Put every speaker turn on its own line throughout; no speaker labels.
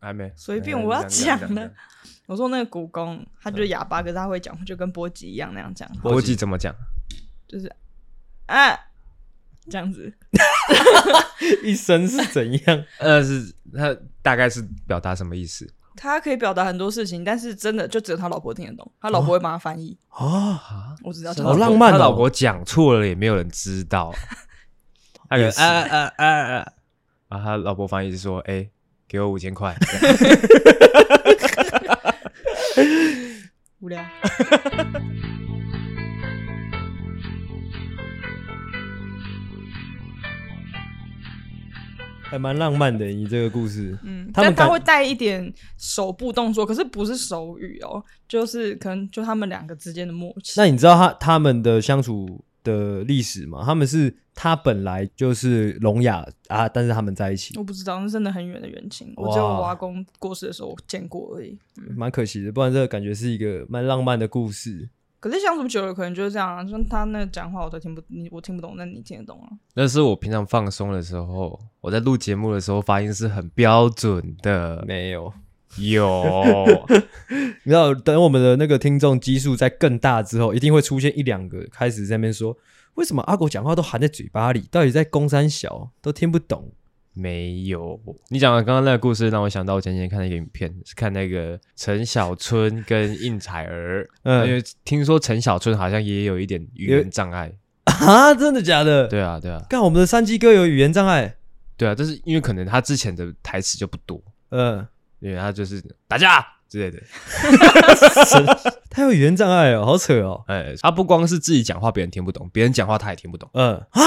还没
随便
哎
我要
讲
讲
讲
的
讲
我说那个古公，他
嗯
就是哑巴，可是他会讲，就跟波吉一样那样讲，
波吉怎么讲？
就是啊这样子。
一生是怎 样？
呃，是他大概是表达什么意思？
他可以表达很多事情，但是真的就只有他老婆听得懂，他老婆会帮他翻译。
哦，
啊，
我只知道
好浪漫哦
他老婆讲错了，也没有人 知道。他可能啊
啊啊啊！
啊，他老婆翻译是说：“哎、给我五千块。
无聊。
还蛮浪漫的，你这个故事。
嗯，
他们
但他
感
会带一点手部动作，可是不是手语哦，就是可能就他们两个之间的默契。
那你知道他他们的相处的历史吗？他们是他本来就是聋哑啊，但是他们在一起，
我不知道，那真的很远的远亲，
哇
我只有我阿公过世的时候我见过而已。
蛮可惜的。不然这个感觉是一个蛮浪漫的故事。
可是相处久了，可能就是这样啊，像他那讲话我都听不，你我听不懂，那你听得懂啊？”
那是我平常放松的时候，我在录节目的时候发音是很标准 的。
没有，
有，
你知道，等我们的那个听众基数在更大之后，一定会出现一两个开始在那边说，为什么阿狗讲话都含在嘴巴里，到底在公山小都听不懂。
没有。你讲的刚刚那个故事让我想到，我前几天看了一个影片，是看那个陈小春跟应采儿。
嗯
因为听说陈小春好像也有一点语言障碍。
啊，真的假的？
对啊，对啊，
干，我们的山鸡哥有语言障碍。
对啊，但是因为可能他之前的台词就不多，
嗯，
因为他就是打架之类的。
他有语言障碍哦，好扯哦。
哎，他不光是自己讲话别人听不懂，别人讲话他也听不懂。
嗯啊，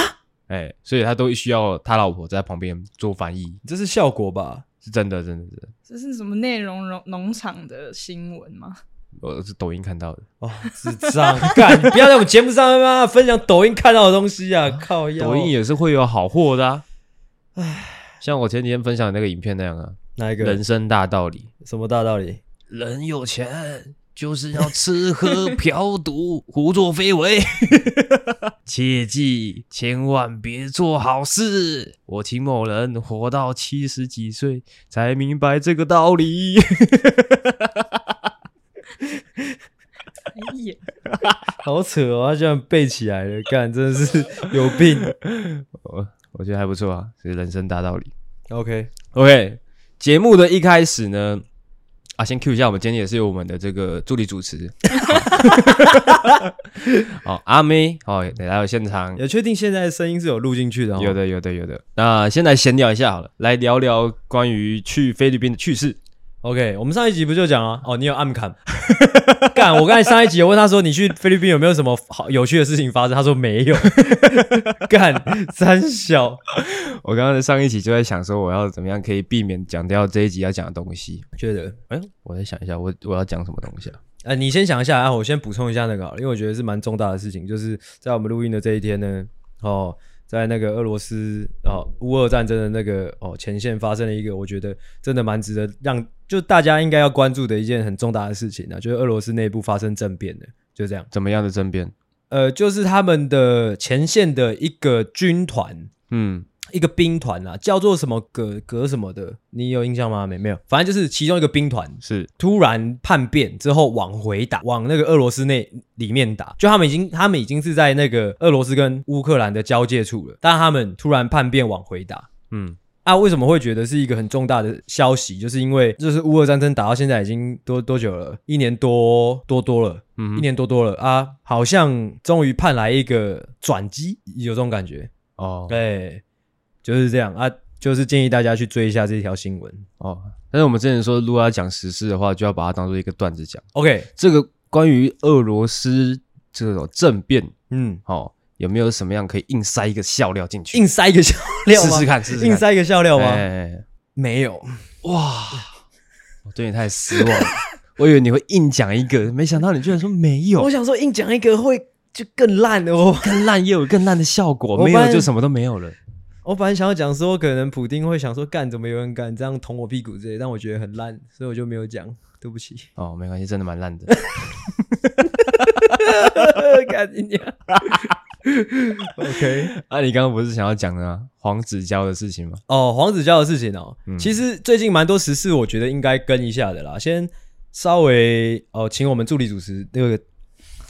哎，所以他都需要他老婆在旁边做翻译，
这是效果吧？
是真的，真的，真的。
这是什么内容农农场的新闻吗？
我是抖音看到的，
哦，智障！ 干，你不要在我们节目上面妈分享抖音看到的东西啊！靠腰，
抖音也是会有好货的、啊。唉，像我前几天分享的那个影片那样啊，
哪一个
人生大道理，
什么大道理？
人有钱就是要吃喝嫖赌胡作非为，切记千万别做好事。我请某人活到七十几岁才明白这个道理。
哎呀，
好扯哦，他居然背起来了，干，真的是有病。
我我觉得还不错啊，是人生大道理。
OK，
OK，节目的一开始呢，啊，先 Q 一下，我们今天也是有我们的这个助理主持， 好，阿妹，好，也来到现场，
有确定现在声音是有录进去的、哦？
有，的，有的，有的。那先来闲聊一下好了，来聊聊关于去菲律宾的趣事。
OK，我们上一集不就讲了？哦，你有暗砍， 干！我刚才上一集有问他说，你去菲律宾有没有什么好有趣的事情发生？他说没有。 干，三小，
我刚刚上一集就在想说，我要怎么样可以避免讲掉这一集要讲的东西。
觉得，
哎，我在想一下，我我要讲什么东西啊？
呃，你先想一下啊，我先补充一下那个好了，因为我觉得是蛮重大的事情，就是在我们录音的这一天呢，哦，在那个俄罗斯哦乌俄战争的那个哦前线发生了一个，我觉得真的蛮值得让就大家应该要关注的一件很重大的事情啊，就是俄罗斯内部发生政变的，就这样。
怎么样的争辩？
呃，就是他们的前线的一个军团，
嗯，
一个兵团啊，叫做什么格格什么的，你有印象吗？没没有，反正就是其中一个兵团
是
突然叛变之后往回打，往那个俄罗斯内里面打，就他们已经他们已经是在那个俄罗斯跟乌克兰的交界处了，但他们突然叛变往回打。
嗯，
啊，为什么会觉得是一个很重大的消息？就是因为就是乌俄战争打到现在已经多多久了？一年多多多了，
嗯
一年多多了啊，好像终于盼来一个转机，有这种感觉。
哦
对，就是这样啊，就是建议大家去追一下这条新闻。
哦，但是我们之前说，如果要讲时事的话，就要把它当做一个段子讲。
OK，
这个关于俄罗斯这种政变，
嗯，
哦，有没有什么样可以硬塞一个笑料进去？
硬塞一个笑料吗？
试试看试试看
硬塞一个笑料吗？
哎哎
没有，
哇，我对你太失望了， 我以为你会硬讲一个，没想到你居然说没有
我，想说硬讲一个会就更烂的哦。
更烂也有更烂的效果，
我
没有
本来
就什么都没有了。
我本来想要讲说，可能普丁会想说，干怎么有人敢这样捅我屁股之类，但我觉得很烂，所以我就没有讲。对不 起，
哦，没关系，真的蛮烂的。
干你娘！ OK，
啊，你刚刚不是想要讲的啊黄子佼的事情吗？
哦，黄子佼的事情哦，
嗯
其实最近蛮多时事，我觉得应该跟一下的啦。先稍微哦，请我们助理主持那个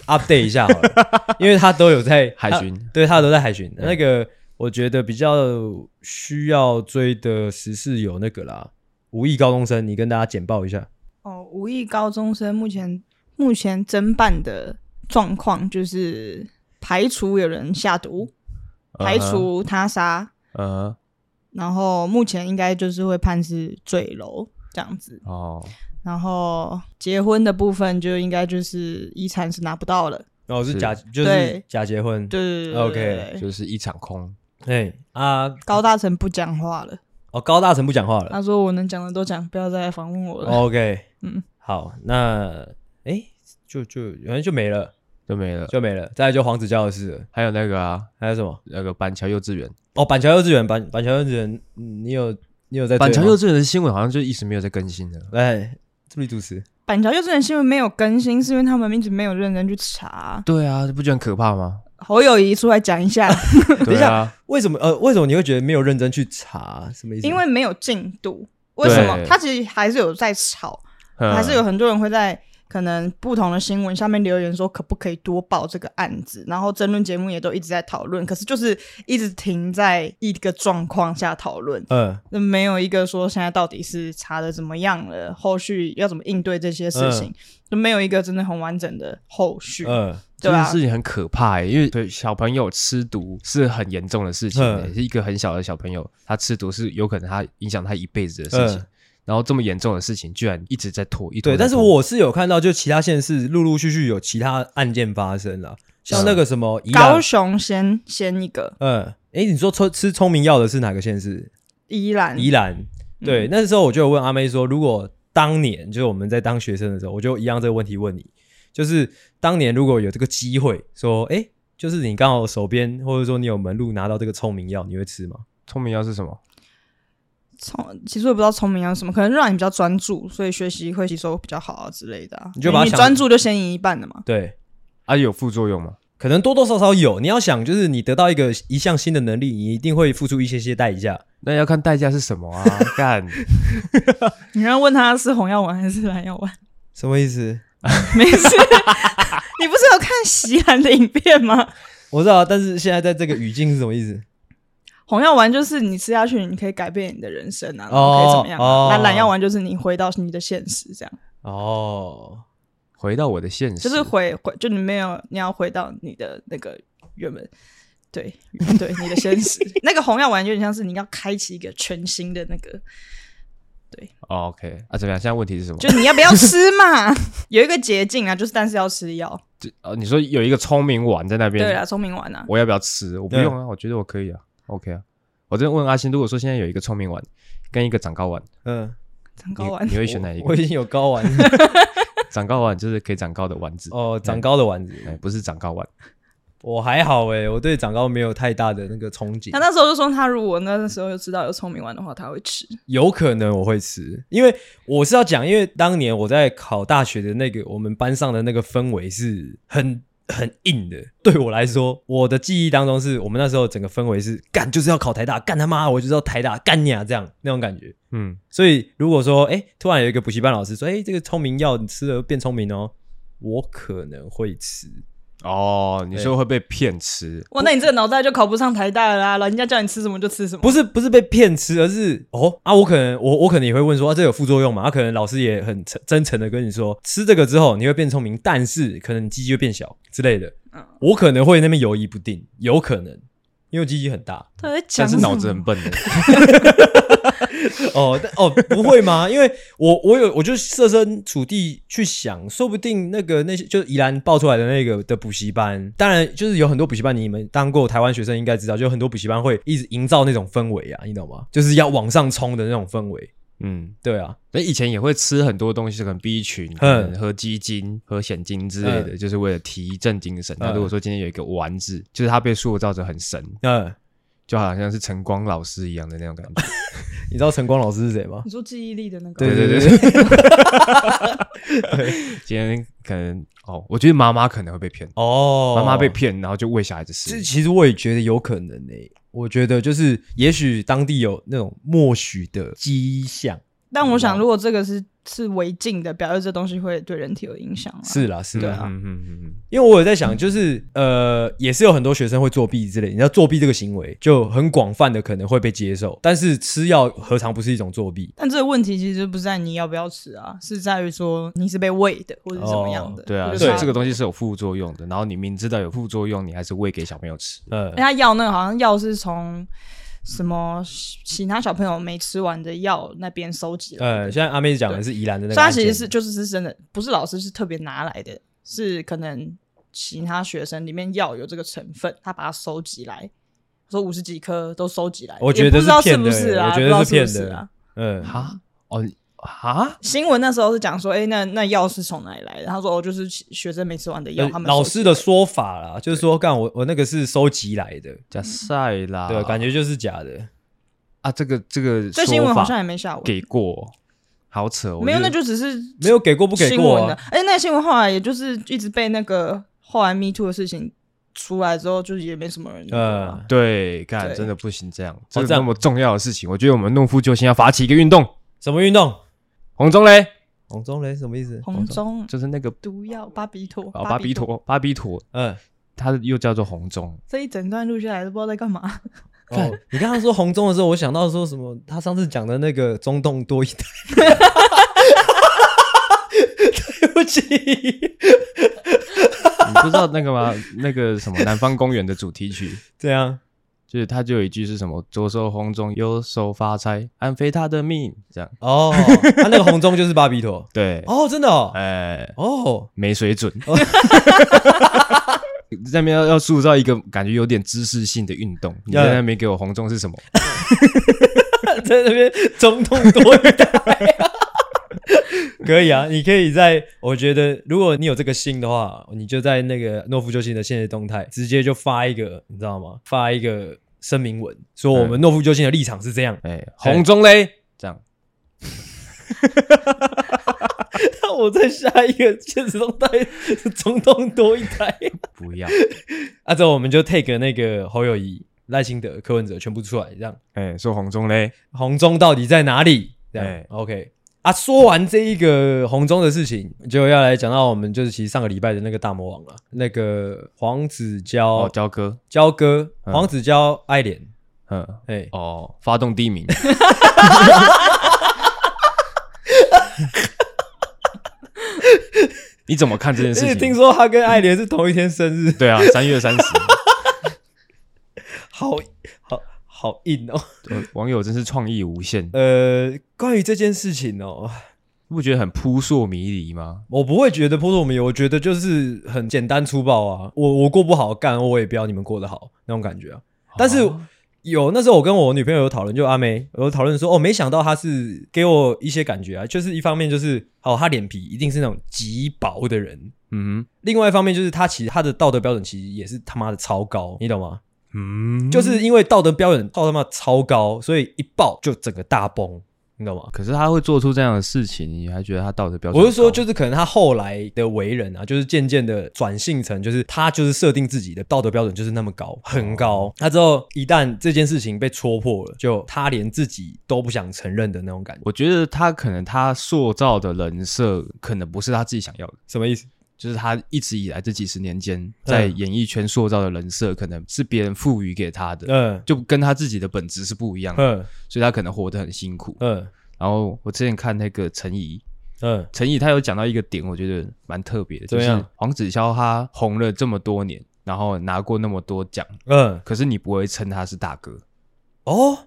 update 一下好 了，因为他都有在
海
他
巡嗯
对他都在海巡。那个我觉得比较需要追的时事有那个啦，无意高中生，你跟大家简报一下。
哦，无意高中生目前目前侦办的状况就是排除有人下毒，排除他杀，
呃
然后目前应该就是会判是坠楼这样子。
哦，
然后结婚的部分就应该就是遗产是拿不到了，
哦，是
是
假就是
对
假结婚，
对对对对
OK，
对
就是一场空。
哎啊
高大成不讲话了，
哦，高大成不讲话了。哦
他说我能讲的都讲，啊不要再来访问我了。
哦
OK，
嗯，
好，那哎就就反正就没了。
就没了。
就没了。再来就黄子佼的事了，
还有那个啊，
还有什么？
那个板桥幼稚园，
哦，板桥幼稚园，板板桥幼稚园，嗯你有你有在
板桥幼
幼？
稚园的新闻好像就一直没有在更新的。
哎，助理主持，
板桥幼稚园新闻没有更新，是因为他们一直没有认真去查。
对啊，这不觉得很可怕吗？
侯友谊出来讲一下，
对啊，
为什么？呃，为什么你会觉得没有认真去查？什么意思？
因为没有进度。为什么
对？
他其实还是有在吵，
嗯
还是有很多人会在可能不同的新闻下面留言说可不可以多报这个案子，然后争论节目也都一直在讨论，可是就是一直停在一个状况下讨论，
嗯
那没有一个说现在到底是查的怎么样了，后续要怎么应对这些事情，
嗯
就没有一个真的很完整的后续。
嗯，
这
对
件
啊
事情很可怕、欸，因为对小朋友吃毒是很严重的事情、欸，
嗯
是一个很小的小朋友他吃毒是有可能他影响他一辈子的事情。
嗯
然后这么严重的事情，居然一直在拖，一直
对。但是我是有看到，就其他县市陆陆续续有其他案件发生了，像
嗯
那个什么宜
高
兰，
雄先先一个
嗯，哎，你说吃吃聪明药的是哪个县市？
依然
宜兰。对，那时候我就有问阿妹说，如果当年就是我们在当学生的时候，我就一样这个问题问你，就是当年如果有这个机会，说，哎、就是你刚好手边或者说你有门路拿到这个聪明药，你会吃吗？
聪明药是什么？
聪，其实我也不知道聪明要什么，可能让你比较专注，所以学习会吸收比较好啊之类的、啊。
你就把它
你
想
专注就先赢一半的嘛。
对，
啊，有副作用吗？
可能多多少少有。你要想，就是你得到一个一项新的能力，你一定会付出一些些代价。
那要看代价是什么啊！干，
你刚刚问他是红药丸还是蓝药丸，
什么意思？
没 事。你不是有看席兰的影片吗？
我知道，但是现在在这个语境是什么意思？
红药丸就是你吃下去，你可以改变你的人生啊，然
哦
后可以怎么样、
哦
啊？那、蓝药丸就是你回到你的现实，这样
哦，
回到我的现实，
就是回回就你没有你要回到你的那个原本。对对，你的 现实那个红药丸有点像是你要开启一个全新的那个
哦 OK 啊，怎么样？现在问题是什么？
就你要不要吃嘛？ 有一个捷径啊，就是但是要吃药。
呃，你说有一个聪明丸在那边，
对啦，聪明丸啊，
我要不要吃？我不
对
用啊，我觉得我可以啊，OK 啊。我真的问阿星，如果说现在有一个聪明丸跟一个长高丸，
嗯，
长
你
高啊丸
你。会选哪一
我
个
已？经有高丸
长高丸就是可以长高的丸子，
哦，长高的丸子，
哎，不是长高丸。
我还好诶、我对长高没有太大的那个憧憬
他。那时候就说，他如果那时候就知道有聪明丸的话，他会吃。
有可能我会吃，因为我是要讲，因为当年我在考大学的那个我们班上的那个氛围是很很硬的。对我来说，我的记忆当中是我们那时候整个氛围是干就是要考台大，干他妈我就是要台大，干你啊这样那种感觉。
嗯，
所以如果说哎、诶突然有一个补习班老师说哎、诶这个聪明药你吃了变聪明哦，我可能会吃。
哦，你说会被骗吃？
哇，那你这个脑袋就考不上台大了啦！老人家叫你吃什么就吃什么。
不是不是被骗吃，而是哦啊，我可能我我可能也会问说啊，这有副作用吗？啊，可能老师也很诚真诚的跟你说，吃这个之后你会变聪明，但是可能你鸡鸡会变小之类的。
嗯
我可能会那边犹疑不定，有可能因为我鸡鸡很大
他在讲
但是
什么
脑子很笨的，
哦，但哦不会吗？ 因为我我有我就设身处地去想，说不定那个那些就是宜兰爆出来的那个的补习班，当然就是有很多补习班，你们当过台湾学生应该知道，就有很多补习班会一直营造那种氛围啊，你懂吗？就是要往上冲的那种氛围。
嗯。
对啊，
那以前也会吃很多东西，可能 B 群，可能喝鸡精、喝显精之类的，就是为了提振精神。那如果说今天有一个丸子，就是它被塑造着很神，
嗯。
就好像是晨光老师一样的那种感觉。
你知道晨光老师是谁吗？
你说记忆力的那个，
对
对
对
对
对，
今天可能哦，我觉得妈妈可能会被骗，
哦
妈妈被骗，然后就喂小孩子
这
吃。
其实我也觉得有可能诶、我觉得就是也许当地有那种默许的迹象。
但我想，如果这个是是违禁的，表示这东西会对人体有影响啊。
是啦，是
对
啦，
啊，嗯嗯嗯嗯，
因为我有在想，就是呃，也是有很多学生会作弊之类。你知道作弊这个行为就很广泛的可能会被接受，但是吃药何尝不是一种作弊？
但这个问题其实不是在你要不要吃啊，是在于说你是被喂的，或者是怎么样的。
哦
对啊，
我觉
所
得
以
它
这个东西是有副作用的。然后你明知道有副作用，你还是喂给小朋友吃。
呃
哎，他药那个好像药是从什么其他小朋友没吃完的药那边收集来的，
呃，现在阿妹讲的是宜兰的那
所以
个
他
案
其
件，
实是就是是真的，不是老师是特别拿来的，是可能其他学生里面药有这个成分，他把它收集来，说五十几颗都收集来，
我觉
也
得
不知道是
骗的
不是
欸
啊，
我觉
不知道
得
是
骗
不是
的
啊。，
嗯，
哈哦你哈，
新闻那时候是讲说，哎、那那药是从哪里来的？他说，哦，就是学生没吃完的
呃
药，他们
呃老
收集
师的
来
说法啦，就是说，干我我那个是收集来的，
假赛啦，
对，感觉就是假的。
啊，这个这个
啊这新闻
说法
好像也没下文
给过，好扯，我
没有，
觉
那
得
就只是
没有给过不给
新
过
闻的
啊？。
哎、那个新闻后来也就是一直被那个后来 Me Too 的事情出来之后，就是也没什么人。
呃，
对，干
对哦
真的不行这样，这个
这样
那么重要的事情，我觉得我们弄夫救星要发起一个运动，
什么运动？
红中雷
红中雷什么意思？
红，中
就是那个
毒药巴比妥，
啊巴比
妥
妥巴比妥，
嗯，
它又叫做红中，
这一整段录下来都不知道在干嘛。
哦，你刚刚说红中的时候，我想到说什么？他上次讲的那个中洞多一代。 对不起，
你不知道那个吗？那个什么南方公园的主题曲。
这样
就是它就有一句是什么“左手红中，右手发财，安非他的命”这样。
哦，他、那个红中就是巴比妥
对，
哦，真的哦，
哎、
哦，
没水准。 在那边要要塑造一个感觉有点知识性的运
嗯
动，你在那边给我红中是 什么？
在那边中洞多一啊代。 可以啊，你可以在我觉得，如果你有这个心的话，你就在那个诺夫救星的现实动态直接就发一个，你知道吗？发一个声明文，说我们诺夫救星的立场是这样。
哎、红中嘞，这样
那我在下一个现实动态是中东多一台，
不要。
啊，之后我们就 take 那个侯友谊、赖清德、柯文哲全部出来，这样
哎、说红中嘞，
红中到底在哪里？这样、
哎
OK 啊。说完这一个红中的事情，就要来讲到我们就是其实上个礼拜的那个大魔王了，那个黄子
哦，
佼
焦哥，
佼哥，
嗯
黄子佼爱莲，
嗯，
哎、
哦，发动地名， 你怎么看这 件
而且
事
听
情？
说他跟爱莲是同一天生 日，
对啊，三月三十，
好好好硬哦。
呃网友真是创意无限，
呃，关于这件事情哦，
你不觉得很扑朔迷离吗？
我不会觉得泼我们有，我觉得就是很简单粗暴啊。我我过不好干，我也不要你们过得好那种感觉啊。但是
哦
有那时候我跟我女朋友有讨论，就阿梅有讨论说，哦，没想到她是给我一些感觉啊，就是一方面就是哦，她脸皮一定是那种极薄的人，
嗯
另外一方面就是她其实她的道德标准其实也是他妈的超高，你懂吗？
哼嗯，
就是因为道德标准到他妈超高，所以一爆就整个大崩，你懂吗？
可是他会做出这样的事情，你还觉得他道德标准？
我是说，就是可能他后来的为人啊，就是渐渐的转性成，就是他就是设定自己的道德标准就是那么高，很高。他之后一旦这件事情被戳破了，就他连自己都不想承认的那种感觉，
我觉得他可能他塑造的人设可能不是他自己想要的，
什么意思？
就是他一直以来这几十年间在演艺圈塑造的人设，可能是别人赋予给他的，
嗯
就跟他自己的本质是不一样的，
嗯
所以他可能活得很辛苦。
嗯
然后我之前看那个陈怡，
嗯，
陈怡他有讲到一个点，我觉得蛮特别的，
怎
就
么样
是黄子佼他红了这么多年，然后拿过那么多奖，
嗯
可是你不会称他是大哥。
哦，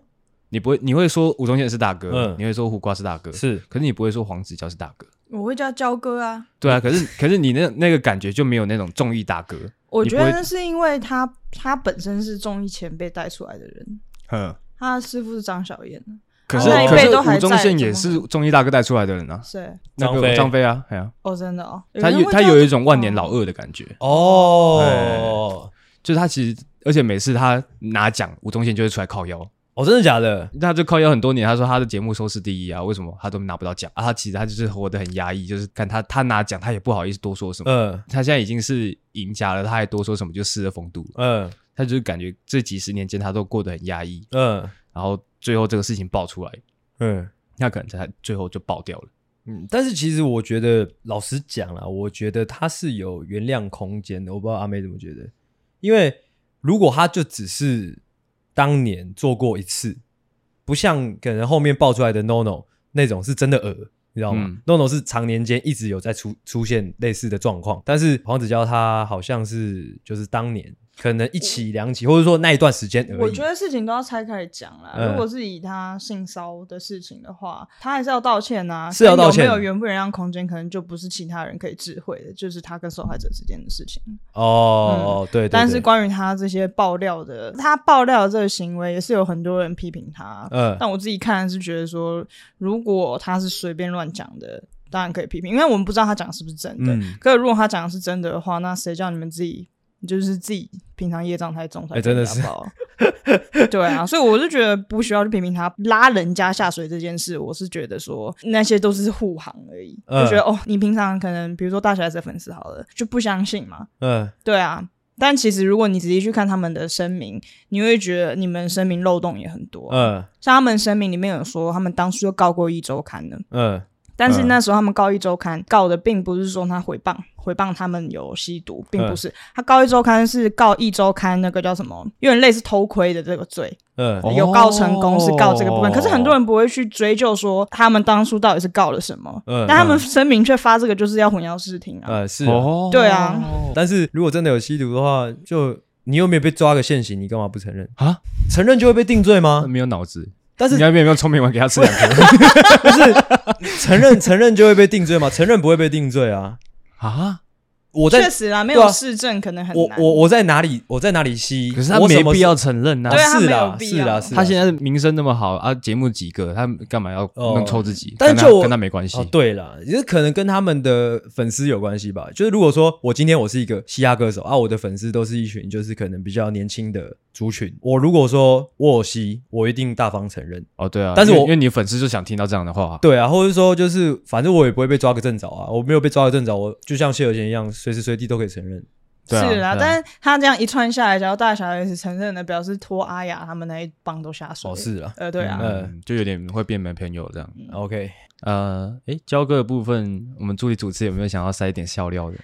你不会，你会说吴宗宪是大哥，
嗯
你会说胡瓜是大哥，
是
可是你不会说黄子佼是大哥，
我会叫焦哥啊，
对
嗯
啊，可是可是你那那个感觉就没有那种综艺大哥，
我
你
觉
不会
得那是因为他他本身是综艺前辈带出来的人，
嗯，
他的师傅是张小燕，
可是
那一
可
辈
是
都还
吴宗
在
宪
怎
也
么
是综艺大哥带出来的人啊，
谁？
那
张
个
飞
张飞啊，哎呀、
哦，真的哦，
他
人
有
会
他
叫
有
这
哎
一种万年老二的感觉，
哦，
就是他其实而且每次他拿奖，吴宗宪就会出来靠腰，
哦，真的假的？
那他就靠腰很多年。他说他的节目收视第一啊，为什么他都拿不到奖啊？他其实他就是活得很压抑，就是看他他拿奖，他也不好意思多说什么。
嗯
他现在已经是赢家了，他还多说什么就失了风度了。
嗯
他就是感觉这几十年间他都过得很压抑，
嗯
然后最后这个事情爆出来，
嗯
那可能他最后就爆掉了。
嗯。但是其实我觉得，老实讲啦，我觉得他是有原谅空间的。我不知道阿妹怎么觉得，因为如果他就只是当年做过一次，不像可能后面爆出来的 NONO 那种是真的恶，你知道吗、
嗯
n o n o 是常年间一直有在出出现类似的状况，但是黄子佼他好像是就是当年可能一起两起，或者说那一段时间而已。
我觉得事情都要拆开来讲啦。
嗯
如果是以他性骚的事情的话，他还是要道歉呐、
是要道歉
但有没有原不原谅空间，可能就不是其他人可以智慧的，就是他跟受害者之间的事情。
哦，对对对，
嗯但是关于他这些爆料的，他爆料的这个行为，也是有很多人批评他。
嗯
但我自己看是觉得说，如果他是随便乱讲的，当然可以批评，因为我们不知道他讲的是不是真的。
嗯，
可是如果他讲的是真的的话，那谁叫你们自己就是自己平常业障太重才
哎真的
被家暴 对啊，所以我就觉得不需要去批评他拉人家下水这件事，我是觉得说那些都是护航而已。
嗯
就觉得哦，你平常可能比如说大学还是粉丝好了，就不相信嘛，
嗯
对啊。但其实，如果你仔细去看他们的声明，你会觉得你们声明漏洞也很多。
嗯
像他们声明里面有说，他们当初就告过一周刊了，
嗯
但是
嗯
那时候他们告一周刊告的并不是说他诽谤诽谤他们有吸
嗯
毒，并不是、他告一周刊是告一周刊那个叫什么，有点类似偷窥的这个罪，
嗯
哦
有告成功是告这个部分。可是很多人不会去追究说他们当初到底是告了什么，
嗯
但他们声明却发这个就是要混淆视听啊。
呃是啊、
哦
对啊，
但是如果真的有吸毒的话，就你又没有被抓个现行，你干嘛不承认？
啊，
承认就会被定罪
他
吗？
没有脑子，
但是
你那边有没有聪明丸给他吃两 颗
承认 承认就会被定罪吗？承认不会被定罪啊！
啊？
我
确
在
实啦，没
对
有
啊
市政可能很
我
难。
我我在哪里我在哪里吸？
可是他
我
没
什么
必要承认啊
对。啊他
是
没有
啦
必
是
要
啦是啦，
他现在名声那么好啊，节目几个，他干嘛要
哦
弄臭自己？
但
跟他
就我
跟他没关系
哦，。对啦，也可能跟他们的粉丝有关系吧。就是如果说我今天我是一个嘻哈歌手啊，我的粉丝都是一群就是可能比较年轻的族群，我如果说我有吸，我一定大方承认。
哦，对啊，
但是我
因为因为你的粉丝就想听到这样的话啊，
对啊，或者说就是反正我也不会被抓个正着啊，我没有被抓个正着，我就像谢和弦一样，随时随地都可以承认。
对啊
是啦，
对啊
但是他这样一串下来，然后大小 S 承认了，表示拖阿雅他们那一帮都下水。
哦，是啦
呃，对啊，
嗯，就有点会变没朋友这样。
，OK，
呃，诶，交割的部分，我们助理主持有没有想要塞一点笑料的？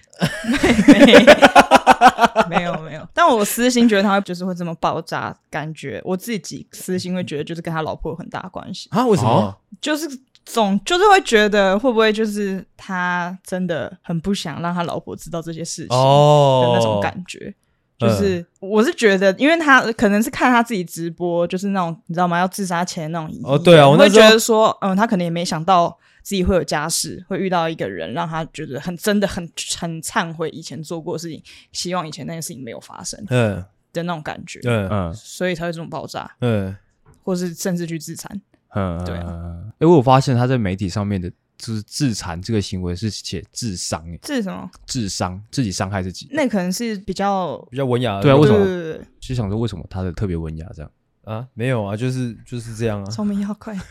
没有没有，但我私心觉得他会就是会这么爆炸，感觉我自己私心会觉得就是跟他老婆有很大关系，
啊，为什么？
哦
就是总就是会觉得会不会就是他真的很不想让他老婆知道这些事情的
哦，嗯
那种感觉。就是、我是觉得，因为他可能是看他自己直播，就是那种你知道吗？要自杀前那种遗言
哦对啊我那
会
时候
觉得说，嗯，他可能也没想到自己会有家室，会遇到一个人，让他觉得很真的很很忏悔以前做过的事情，希望以前那件事情没有发生。
嗯，
的那种感觉，
嗯嗯
嗯
所以才会这种爆炸，
嗯
或是甚至去自残。
嗯，
对
啊。诶，我有发现他在媒体上面的就是自残这个行为是写自伤，诶，
这是什么？
自伤自己伤害自己。
那可能是比较
比较文雅的。
对啊为什么
对对对对
就想说为什么他的特别文雅这样？
啊？没有啊，就是就是这样啊。
聪明要快，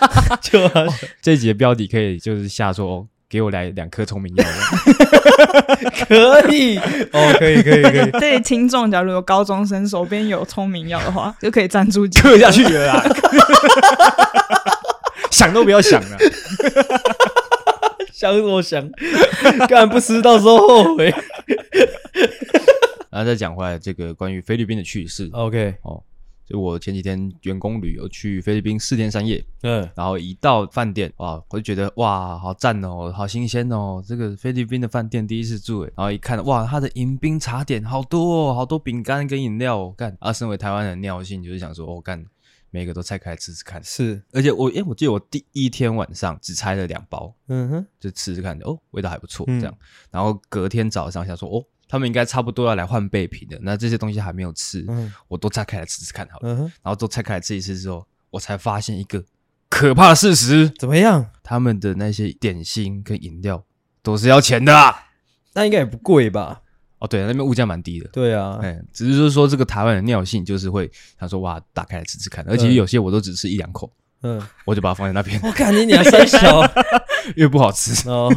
就啊
这一集的标题可以就是下说哦，给我来两颗聪明药。
可 以哦，可以可以可以，
对听众，假如有高中生手边有聪明药的话，就可以赞助 几
刻下去了啦。
想都不要想了。
想什么想？干不吃到时候后悔。
然后再讲回来这个关于菲律宾的趣事
OK，
哦，就我前几天员工旅游去菲律宾四天三夜，
嗯
然后一到饭店哇，我就觉得哇，好赞哦，好新鲜哦，这个菲律宾的饭店第一次住哎诶，然后一看哇，它的迎宾茶点好多哦，好多饼干跟饮料、哦，干啊，身为台湾人尿性就是想说，哦干，每个都拆开来吃吃看。
是，
而且我诶，我记得我第一天晚上只拆了两包，
嗯哼，
就吃吃看，哦，味道还不错，
嗯
这样。然后隔天早上想说，哦，他们应该差不多要来换备品的，那这些东西还没有吃，
嗯
我都拆开来吃吃看好了。
嗯哼，
然后都拆开来吃一次之后，我才发现一个可怕的事实：
怎么样？
他们的那些点心跟饮料都是要钱的啊！
那应该也不贵吧？
哦，对，那边物价蛮低的。
对啊，
哎，只是就是说这个台湾的尿性就是会想说哇，打开来吃吃看，而且
嗯
有些我都只吃一两口，
嗯，
我就把它放在那 边，
我看你你还三小
因为不好吃。
哦。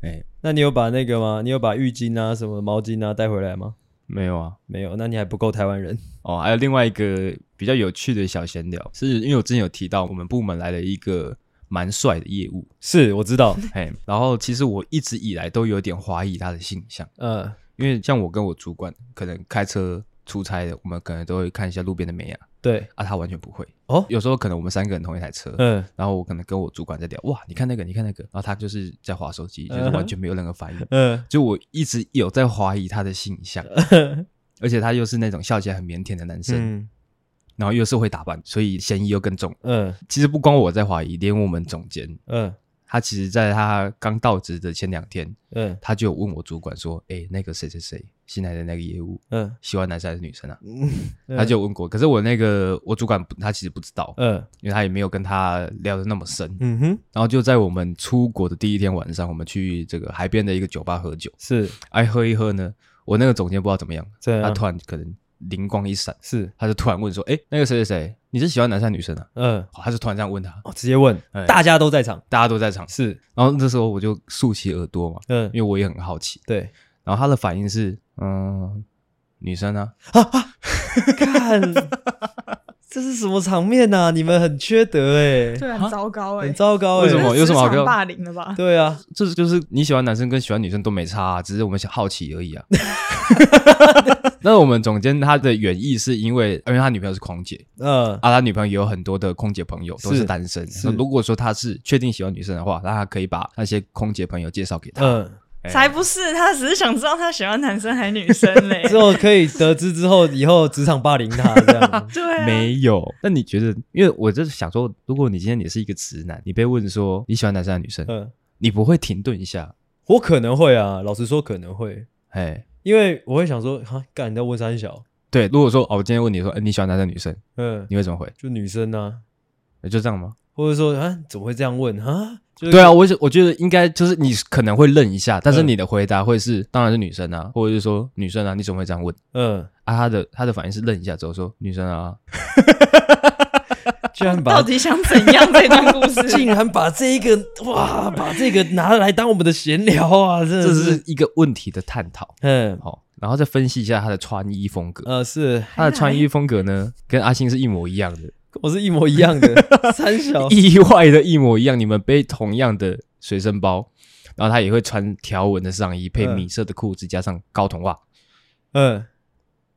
哎，
那你有把那个吗？你有把浴巾啊、什么毛巾啊带回来吗？
没有啊，
没有，那你还不够台湾 人。
哦，还有另外一个比较有趣的小闲聊，是因为我之前有提到我们部门来了一个蛮帅的业 务，
是，我知 道。
嘿，然后其实我一直以来都有点怀疑他的性向，
嗯
因为像我跟我主管可能开车出差的，我们可能都会看一下路边的美亚
对，
啊，他完全不会。
哦
有时候可能我们三个人同一台车，
嗯，
然后我可能跟我主管在聊，哇，你看那个，你看那个，然后他就是在划手机，就是
嗯哼
完全没有任何反应。
嗯，
就我一直有在怀疑他的性向，呃 而且他又是那种笑起来很腼腆的男生，
嗯
然后又是会打扮，所以嫌疑又更重。
嗯
其实不光我在怀疑，连我们总监，
嗯
他其实在他刚到职的前两天，
嗯
他就有问我主管说：“哎、那个谁谁谁新来的那个业务，
嗯
喜欢男生还是女生啊？”
嗯，
他就有问过，可是我那个我主管不他其实不知道，
嗯
因为他也没有跟他聊的那么深。
嗯哼，
然后就在我们出国的第一天晚上，我们去这个海边的一个酒吧喝酒，
是
哎喝一喝呢，我那个总监不知道怎么样，
这
他
样，
突然可能灵光一闪，
啊是
他就突然问说：“哎、那个谁谁谁，你是喜欢男生还是女生啊
嗯，？”
哦他就突然这样问他，
哦，直接问
哎，
大家都在场，
大家都在场。
是，
然后这时候我就竖起耳朵嘛，
嗯
因，为我也很好奇。
对，
然后他的反应是：“嗯，女生啊。”
看，这是什么场面呐？你们很缺德 哎，
这
啊
很糟糕哎、
很糟糕
为
哎
什，么
这是
有什么好
职
跟
场霸凌的吧？
对啊，
这就是你喜欢男生跟喜欢女生都没差、啊，只是我们想好奇 而已啊。那我们总监他的原意是因为，因为他女朋友是空姐
嗯
啊，他女朋友也有很多的空姐朋友都是
是
单身。
是
如果说他是确定喜欢女生的话，那他可以把那些空姐朋友介绍给他。
嗯，
哎
才不是，他只是想知道他喜欢男生还是女生 嘞。，
之后可以得知之后，以后职场霸凌他这样
对、啊，
没有，那你觉得？因为我就是想说，如果你今天也是一个直男，你被问说你喜欢男生还是女生，
嗯，
你不会停顿一下？
我可能会啊，老实说可能会，
哎，
因为我会想说，哈，干你在问三小，
对。如果说哦，我今天问你说，哎，你喜欢男生还是女生，
嗯，
你会怎么回？
就女生啊，
就这样吗？
或者说啊，怎么会这样问啊？就是
对啊，，我是我觉得应该就是你可能会愣一下，但是
嗯
你的回答会是当然是女生啊，或者是说女生啊，你怎么会这样问
嗯，
啊？他的他的反应是愣一下之后说女生啊，
居然
到
把
底想怎样这段故 事？
竟然把这一个哇，把这个拿来当我们的闲聊啊，真的
这
是
是，一个问题的探讨。
嗯
好，然后再分析一下他的穿衣风格，
呃，是
他的穿衣风格
哎
呢跟阿星是一模一样的，
跟我是一模一样 的三小，
意外的一模一样。你们背同样的随身包，然后他也会穿条纹的上衣，配
嗯
米色的裤子，加上高筒袜，
嗯，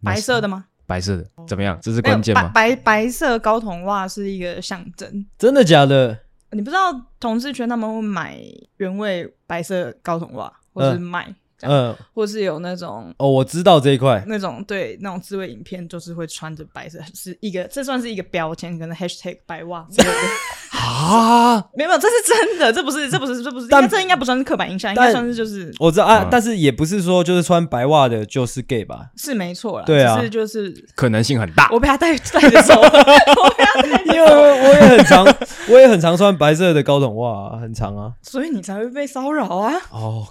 白色的吗？
白色的，
哦
怎么样？这是
没有
关键
白
哎
吗？
白白色高筒袜是一个象征。
真的假的？
你不知道同志圈他们会买原味白色高筒袜，或是
嗯
卖，
嗯，
或是有那种
哦，我知道这一块，
那种对那种自慰影片，就是会穿着白色，是一个这算是一个标签，可能 hashtag 白袜之类的。
啊，
没有，没有这是真的，这不是这不是这不是，应
嗯但
该这应该不算是刻板印象，应
但
该算是就是
我知道啊
嗯，
但是也不是说就是穿白袜的就是 gay 吧，
是没错啦。
对啊
只是就是
可能性很大。
我被他带带着 走，我被他带
因为我也很常，我也很常穿白色的高筒袜、啊，很长啊。
所以你才会被骚扰啊！
哦，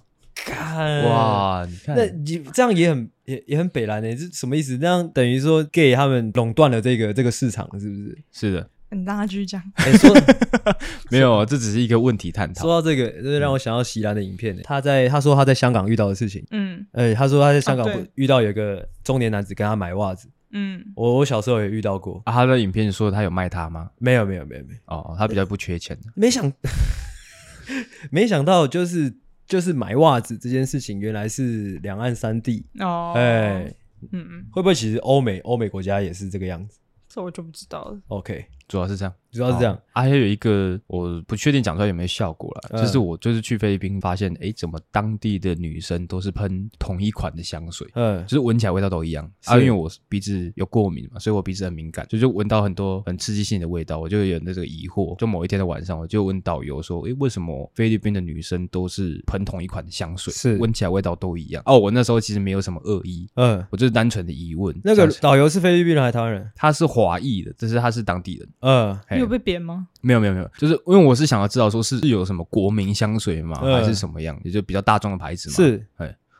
干，
哇，你看
那你这样也很也也很北蓝呢、欸，这什么意思？这样等于说 gay 他们垄断了这个这个市场，是不是？
是的，
你让他嗯继续讲，
哎、 说
没有，这只是一个问题探
说
讨。
到这个，这让我想到席兰的影片、欸，他在他说他在香港遇到的事情，
嗯
呃、他说他在香港
啊对
遇到有个中年男子跟他买袜子，
嗯，
我我小时候也遇到过，
啊，他的影片说他有卖他吗？
没有没有没有没有，
哦，他比较不缺钱的。
没想没想到就是就是买袜子这件事情，原来是两岸三地，
哦，
哎、
嗯嗯，
会不会其实欧美欧美国家也是这个样子
这我就不知道了。
？OK，
主要是这样，
主要是这样
哦。啊，还有一个我不确定讲出来有没有效果啦，
嗯
就是我就是去菲律宾发现，诶，怎么当地的女生都是喷同一款的香水，
嗯
就是闻起来味道都一样啊。因
是
为我鼻子有过敏嘛，所以我鼻子很敏感，所以就闻到很多很刺激性的味道，我就有那个疑惑。就某一天的晚上，我就问导游说，诶，为什么菲律宾的女生都是喷同一款的香水，
是
闻起来味道都一样？哦，我那时候其实没有什么恶意，
嗯，
我就是单纯的疑问。
那个
想
导游是菲律宾人还是台湾人？
他是华裔的，但是他是当地人，
呃，
你
嘿
有被贬吗？
没有没有没有，就是因为我是想要知道说是是有什么国民香水吗，
嗯
还是什么样，也就比较大众的牌子嘛。，
是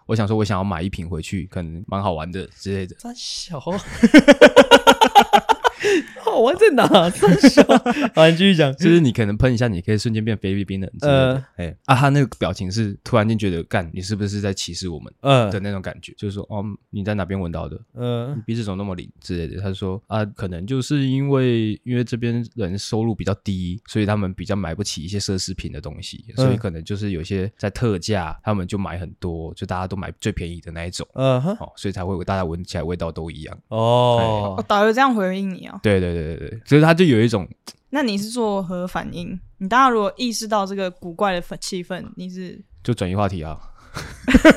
我想说我想要买一瓶回去，可能蛮好玩的之类的。
三小， 好玩在哪？三小，好，你继续讲，
就是你可能喷一下，你可以瞬间变菲律宾人之类的
呃。
哎、啊，他那个表情是突然间觉得，干，你是不是在歧视我们
呃
的那种感觉？就是说，哦，你在哪边闻到的？
呃
你鼻子怎么那么灵之类的？他说啊，可能就是因为因为这边人收入比较低，所以他们比较买不起一些奢侈品的东西，所
嗯
以可能就是有些在特价，他们就买很多，就大家都买最便宜的那一种，
呃哈，
哦，所以才会大家闻起来味道都一样。
哦，
哦，
导游这样回应你哦。
对对对对对，所以他就有一种
那你是作何反应？你当然如果意识到这个古怪的氛气氛，你是
就转移话题啊，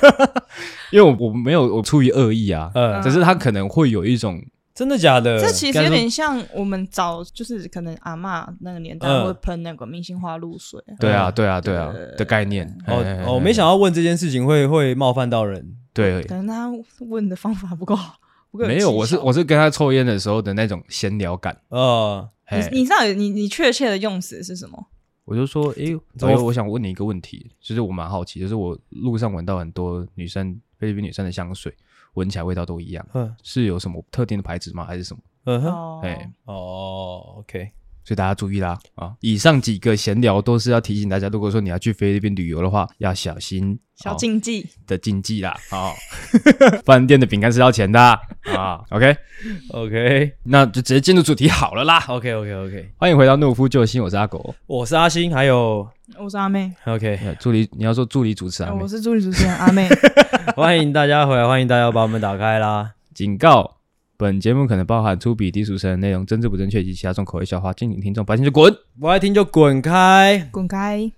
因为我我没有我出于恶意啊，
呃，
只是他可能会有一种
真的假的？
这其
呃该
实
说
有点像我们早就是可能阿嬷那个年代
嗯
会喷那个明星花露水，
对啊对啊对啊的概念。
呃哦
嘿嘿嘿
哦，没想到问这件事情会会冒犯到人，
对
可能他问的方法不够好，不够
没有，
有技巧，
我是我是跟他抽烟的时候的那种闲聊感。
呃，
嘿
你你知道你你确切的用词是什么？
哎我就说，诶，
怎
导
么
游，我想问你一个问题，就是我蛮好奇，就是我路上闻到很多女生菲律宾女生的香水，闻起来味道都一样，
嗯
是有什么特定的牌子吗？还是什么？
嗯哼，
哦，
哎
哦，OK，
所以大家注意啦啊！以上几个闲聊都是要提醒大家，如果说你要去菲律宾旅游的话，要小心
小
哦
禁忌，
的禁忌啦啊！ 饭店的饼干是要钱的啊啊！OK，
OK
那就直接进入主题好了啦。
OK OK OK，
欢迎回到懦夫救星，我是阿狗。
我是阿星，还有
我是阿妹，
OK，
呃助理，你要说助理主持啊
呃
人
我，是助理主持人 阿妹，
欢迎大家回来，欢迎大家把我们打开啦。
警告：本节目可能包含粗鄙、低俗、成人内容、政治不正确以及其他重口味笑话，敬请听众白天就滚。
不爱听就滚开。
滚开！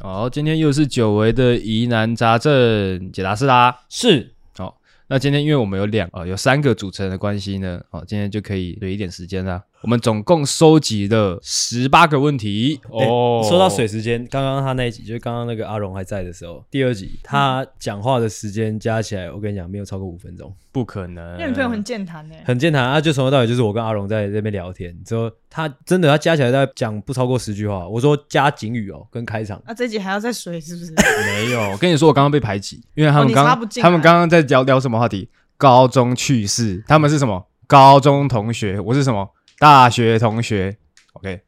好，今天又是久违的疑难杂症解答式啦。
是，
好，那今天因为我们有两呃有三个主持人的关系呢，好，今天就可以有一点时间啦。我们总共收集了十八个问题哦
哎
哦、。说到水时间，刚刚他那一集，就是刚刚那个阿荣还在的时候，第二集他讲话的时间加起来，我跟你讲没有超过五分钟，
不可能，
因为你朋友很健谈呢，
很健谈啊，就从头到尾就是我跟阿荣在那边聊天，之后他真的他加起来在讲不超过十句话，我说加警语哦，跟开场，
那啊这集还要再水是 不是？
没有。我跟你说，我刚刚被排挤，因为他
哦
们
你
刚、
插不进来
他们刚刚在聊聊什么话题？高中趣事，他们是什么？高中同学，我是什么？大学同学。OK，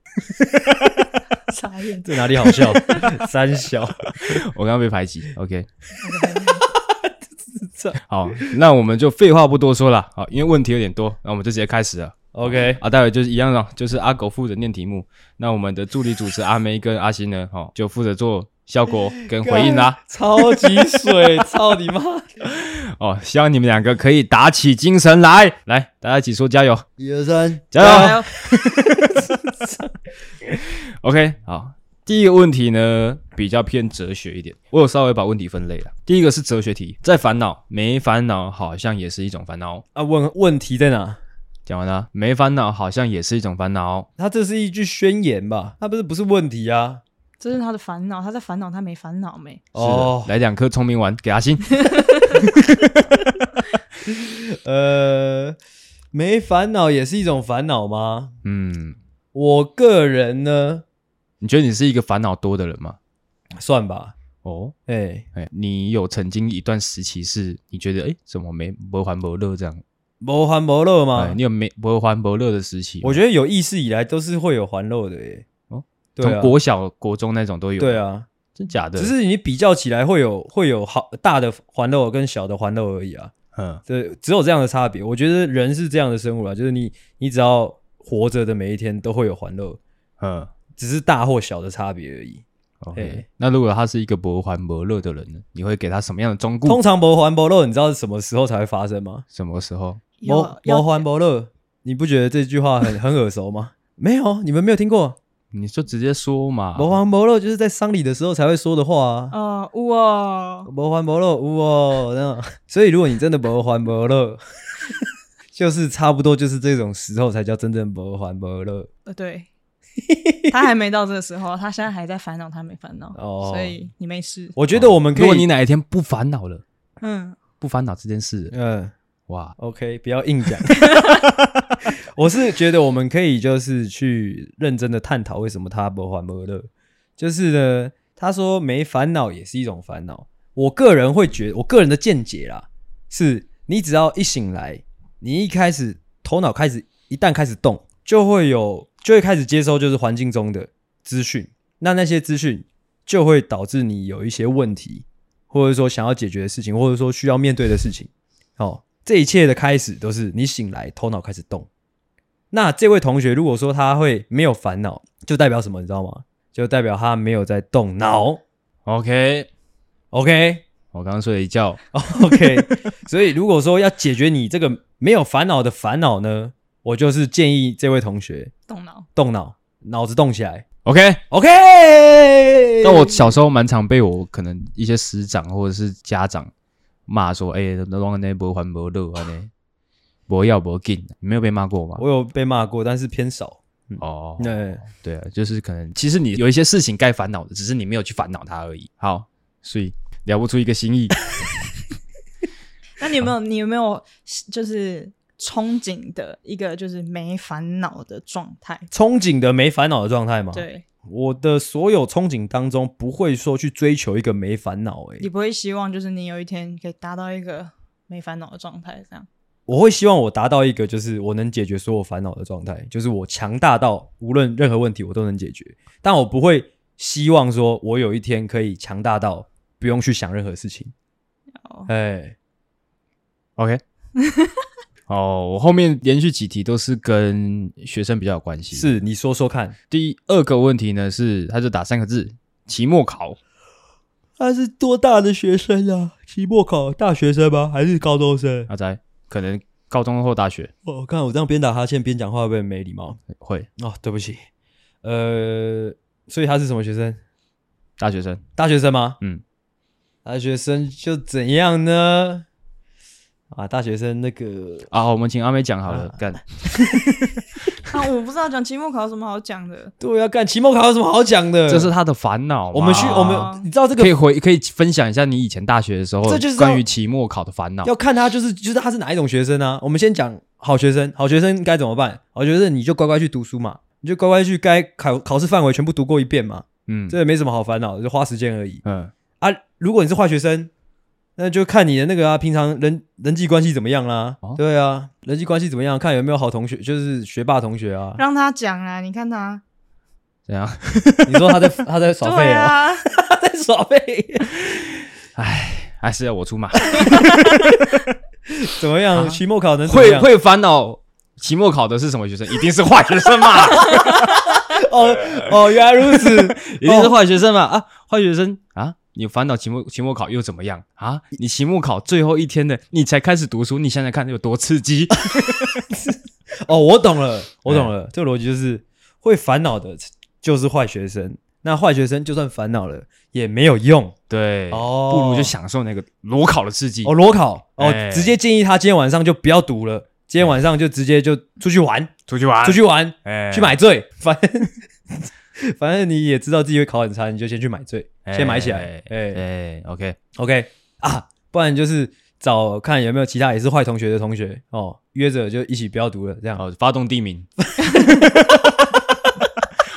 傻眼，
这哪里好 笑？三小，
我刚刚被排挤。OK，
这
好，那我们就废话不多说了。好，因为问题有点多，那我们就直接开始了。
OK，
啊，待会就是一样的，就是阿狗负责念题目，那我们的助理主持阿梅跟阿星呢，哦，就负责做效果跟回应 啦。
超级水，操你妈！
哦，希望你们两个可以打起精神来，来，大家一起说加油，
一二三，
加
啊
油！OK，好，第一个问题呢比较偏哲学一点，我有稍微把问题分类了。第一个是哲学题，在烦恼，没烦恼好像也是一种烦恼。
啊，问问题在哪？
讲完了，没烦恼好像也是一种烦恼。
他这是一句宣言吧？他不是不是问题啊？
这是他的烦恼，他在烦恼，他没烦恼没？
是的，
哦
来两颗聪明丸给阿星。
呃，没烦恼也是一种烦恼吗？
嗯，
我个人呢，
你觉得你是一个烦恼多的人吗？
算吧，
哦，
哎、
哎，你有曾经一段时期是你觉得哎怎么没没还没乐这样？
无欢无乐
哎、
嘛。
你有没没还没乐的时期吗？
啊我觉得有意识以来都是会有欢乐的耶。
哦，
对啊
从，国小、国中那种都有。
对，啊，
真假的？
只是你比较起来会有会有好大的欢乐跟小的欢乐而已啊。
嗯，
对，只有这样的差别。我觉得人是这样的生物啊，就是你你只要活着的每一天都会有欢乐，
嗯
只是大或小的差别而已。
OK，
哎
那如果他是一个不还不乐的人呢？你会给他什么样的忠
通
告？
常不欢不乐，你知道是什么时候才会发生吗？
什么时候？
有
不
有
不欢不乐，你不觉得这句话很很耳熟吗？ 没有，你们没有听
啊
过
你就直接说嘛。
不欢不乐，就是在丧礼的时候才会说的话啊。
呃， 哇，
不欢不乐，呜哦，那样所以如果你真的不欢不乐， 就是差不多就是这种时候才叫真正不欢不乐。
呃，对，他还没到这个时候，他现在还在烦恼，他没烦恼，
哦
所以你没事。
我觉得我们可
哦如果你
以，
哪一天不烦恼了，
嗯，
不烦恼这件事了，
嗯。
哇，
OK，不要硬讲。 我是觉得我们可以就是去认真的探讨为什么他不还不乐，就是呢，他说没烦恼也是一种烦恼。我个人会觉我个人的见解啦，是你只要一醒来，你一开始头脑开始一旦开始动，就会有就会开始接收就是环境中的资讯，那那些资讯就会导致你有一些问题，或者说想要解决的事情，或者说需要面对的事情。哦，这一切的开始都是你醒来，头脑开始动。那这位同学如果说他会没有烦恼，就代表什么？你知道吗？就代表他没有在动脑。
OK，
OK，
我刚睡了一觉，
OK，所 以如果说要解决你这个没有烦恼的烦恼呢，我就是建议这位同学
动脑。
动脑，脑子动起来。
OK，
OK，
但我小时候蛮常被我可能一些师长或者是家长骂说：“哎、欸，那往那不还不乐啊呢，不要不进。”你没有被骂过吗？
我有被骂过，但是偏少。
哦，
那
对啊，就是可能其实你有一些事情该烦恼的，只是你没有去烦恼它而已。好，所以聊不出一个新意。
那你有没
嗯
有你有没有就是憧憬的一个就是没烦恼的状态？
憧憬的没烦恼的状态吗？，
对
我的所有憧憬当中，不会说去追求一个没烦恼、欸。
你不会希望就是你有一天可以达到一个没烦恼的状态，这样
我会希望我达到一个就是我能解决所有烦恼的状态，就是我强大到无论任何问题我都能解决，但我不会希望说我有一天可以强大到不用去想任何事情。
哦
哎，
OK，哦，我后面连续几题都是跟学生比较有关系。
是你说说看，
第二个问题呢，是他就打三个字：期末考。
他是多大的学生啊？期末考大学生吗？还是高中生？
阿仔可能高中或大学
我、哦、看我这样边打哈欠边讲话会不会没礼貌？
会
哦，对不起，呃，所以他是什么学生？
大学生，
大学生吗？
嗯，
大学生就怎样呢？啊，大学生那个
啊，我们请阿妹讲好了，干、
啊，我不知道讲期末考有什么好讲的。
对啊，干期末考有什么好讲的？
这是他的烦恼嘛。
我们去，
哇
我们你知道这
可
个
以回可以分享一下你以前大学的时候
这就是
关于期末考的烦恼。
要看他就是就是他是哪一种学生啊？我们先讲好学生，好学生该怎么办？好学生你就乖乖去读书嘛，你就乖乖去该考考试范围全部读过一遍嘛，
嗯
这也没什么好烦恼的，就花时间而已
嗯，
啊。如果你是坏学生，那就看你的那个啊，平常人人际关系怎么样啦、
哦
对啊，人际关系怎么样？看有没有好同学，就是学霸同学啊。
让他讲啊，你看他，
怎样？
你说他在他在耍废哦，
对 啊，
他在耍废，
还是要我出马？
怎么样？期末考能怎么
啊会
样？
会烦恼期末考的是什么学生？一定是坏学生 嘛，
哦哦，原来如此，
一定是坏学生嘛啊，坏学生啊！你烦恼期末期末考又怎么样啊？你期末考最后一天的，你才开始读书，你想想看有多刺 激。
哦，我懂了，我懂了，这个逻辑就是会烦恼的就是坏学生，那坏学生就算烦恼了也没有用
对，
哦
不如就享受那个裸考的刺激。
哦。裸考哦，
哎
直接建议他今天晚上就不要读了，今天晚上就直接就出去玩，
出去玩，
出去玩，
哎
去买醉， 反正反正你也知道自己会考很差，你就先去买醉，先买起来，哎
哎，OK，
，OK 啊，不然就是找看有没有其他也是坏同学的同学哦，约着就一起不要读了，这样
好，发动地 名。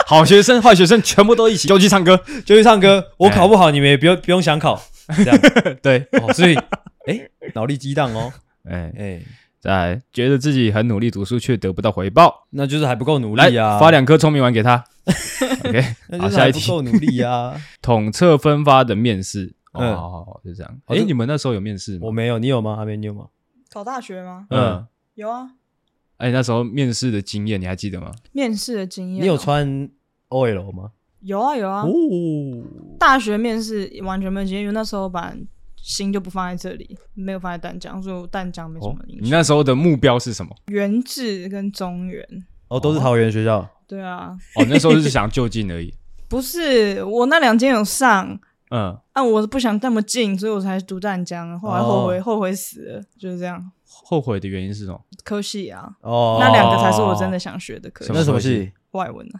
好学生、坏学生全部都一起就去唱歌。
就去唱
哎
歌，我考不好你们也不用不用想考，这样。
对，
哦，所以 哎，脑力激荡哦，
哎，
哎，
再来觉得自己很努力读书却得不到回报，
那就是还不够努
来
力啊，
发，两颗聪明丸给 他。OK，
那
好，
就是
下
还
一
不
题，
够努力 啊。
统测分发的面试。哦，
嗯
好好好，就这样。
好
哎，
这
你们那时候有面试
我
吗？
没有，你有吗？阿妹，你有吗？
考大学吗？
嗯
嗯，
有啊，
哎，那时候面试的经验你还记得吗？
面试的经验哦，
你有穿 OL 吗？
有啊有啊，
哦，
大学面试完全没有经验，因为那时候把心就不放在这里，没有放在淡江，所以我淡江没什
哦
么，影
你
响。
那时候的目标是什么？
原治跟中原，
哦，都是桃园学校。
对啊，
哦，那时候就是想就近 而已。
不是我那两间有上。
嗯，
啊，我不想那么近，所以我才读淡江，后来后
哦
悔、后悔死了，就是这样。
后悔的原因是什么？
科系啊，
哦，
那两个才是我真的想学的科
什
系，
么
那什么系？
外文啊，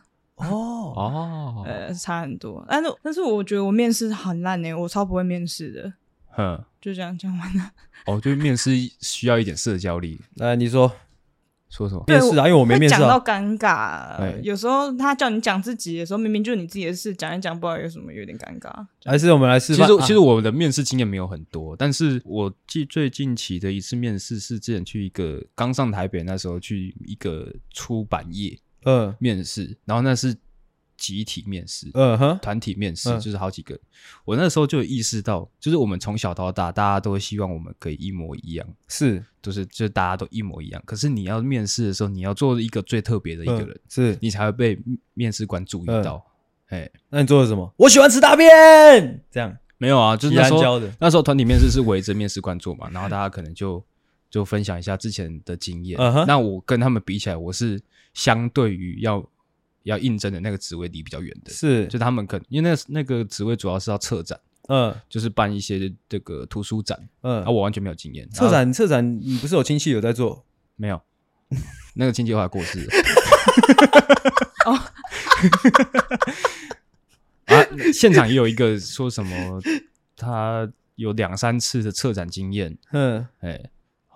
哦，
哦，
呃，差很多。但是但是我觉得我面试很烂呢、我超不会面试的，
哼，
就这样讲完了。
哦，就是面试需要一点社交力。
来你说，
说什么？
面试啊，因为我没
会
面
讲
试
到
啊。
尴
哎
尬，有时候他叫你讲自己的时候，明明就是你自己的事，讲一讲，不知道有什么，有点尴尬。
还是我们来示
其
范。
实其
啊
实我的面试经验没有很多，但是我记最近期的一次面试是之前去一个刚上台北那时候去一个出版业
嗯
面试，然后那是集体面试，
嗯哼，
团体面试
嗯
就是好几个人。我那时候就有意识到，就是我们从小到大，大家都会希望我们可以一模一样，
是
就是就是大家都一模一样。可是你要面试的时候，你要做一个最特别的一个人，
嗯是。
你才会被面试官注意到。哎、
那你做了什么？我喜欢吃大便。这样，
没有啊，就是
宜
那
兰
时候
教的
那时候团体面试是围着面试官做嘛，然后大家可能就就分享一下之前的经验。
嗯哼
那我跟他们比起来，我是相对于要要应征的那个职位离比较远的，
是
就他们可能因为那那个职位主要是要策展。
嗯
就是办一些这个图书展，
嗯
啊，。我完全没有经验。
策
然后
展策展，你不是有亲戚有在做？
没有，那个亲戚后来过世了。 啊，现场也有一个说什么，他有两三次的策展经验。
嗯，
哎，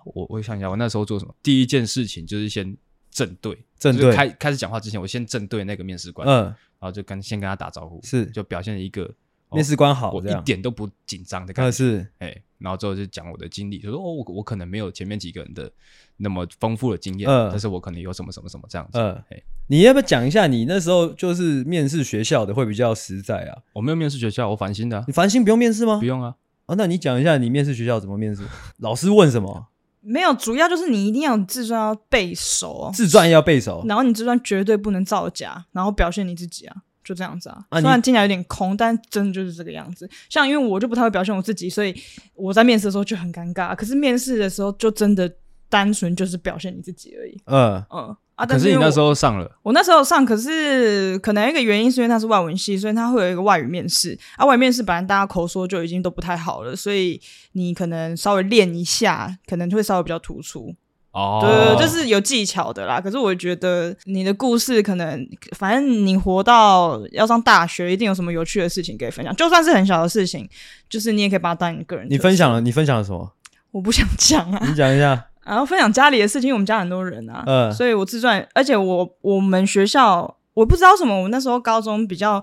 我我想一下，我那时候做什么？第一件事情就是先正对，
正
就
对
是开开始讲话之前，我先正对那啊个面试官，然
嗯，
后就跟先跟他打招呼，
是
就表现一个哦
面试官好，
我
这
一
样。
点都不紧张的感觉
嗯，。是
哎，然后之后就讲我的经历，就说哦，我我可能没有前面几个人的那么丰富的经验，
嗯
但是我可能有什么什么什么这样子。
嗯
哎，
你要不要讲一下你那时候就是面试学校的会比较实在啊？
我没有面试学校，我繁星的啊、
嗯
你繁星不用面试吗
不？用啊。
哦，那你讲一下你面试学校怎么面试？老师问什么？
没有，主要就是你一定要有自传要背熟，
自传要背熟。
然后你自传绝对不能造假，然后表现你自己啊，就这样子啊。
啊你
虽然听起来有点空，但真的就是这个样子。像因为我就不太会表现我自己，所以我在面试的时候就很尴尬。可是面试的时候就真的单纯就是表现你自己而已。
嗯
嗯啊，
可
但
是你
因为
那
我
时候上了，
我那时候上，可是可能有一个原因是因为它是外文系，所以它会有一个外语面试。啊，外语面试本来大家口说就已经都不太好了，所以你可能稍微练一下，可能就会稍微比较突出。
哦，
对，就是有技巧的啦。可是我觉得你的故事可能，反正你活到要上大学，一定有什么有趣的事情可以分享，就算是很小的事情，就是你也可以把它当一个人。
你分，享了，你分享了什么？
我不想讲啊。
你讲一 下。
然后分享家里的事情，因为我们家很多人啊，
嗯
所以我自传，而且我我们学校我不知道什么，我那时候高中比较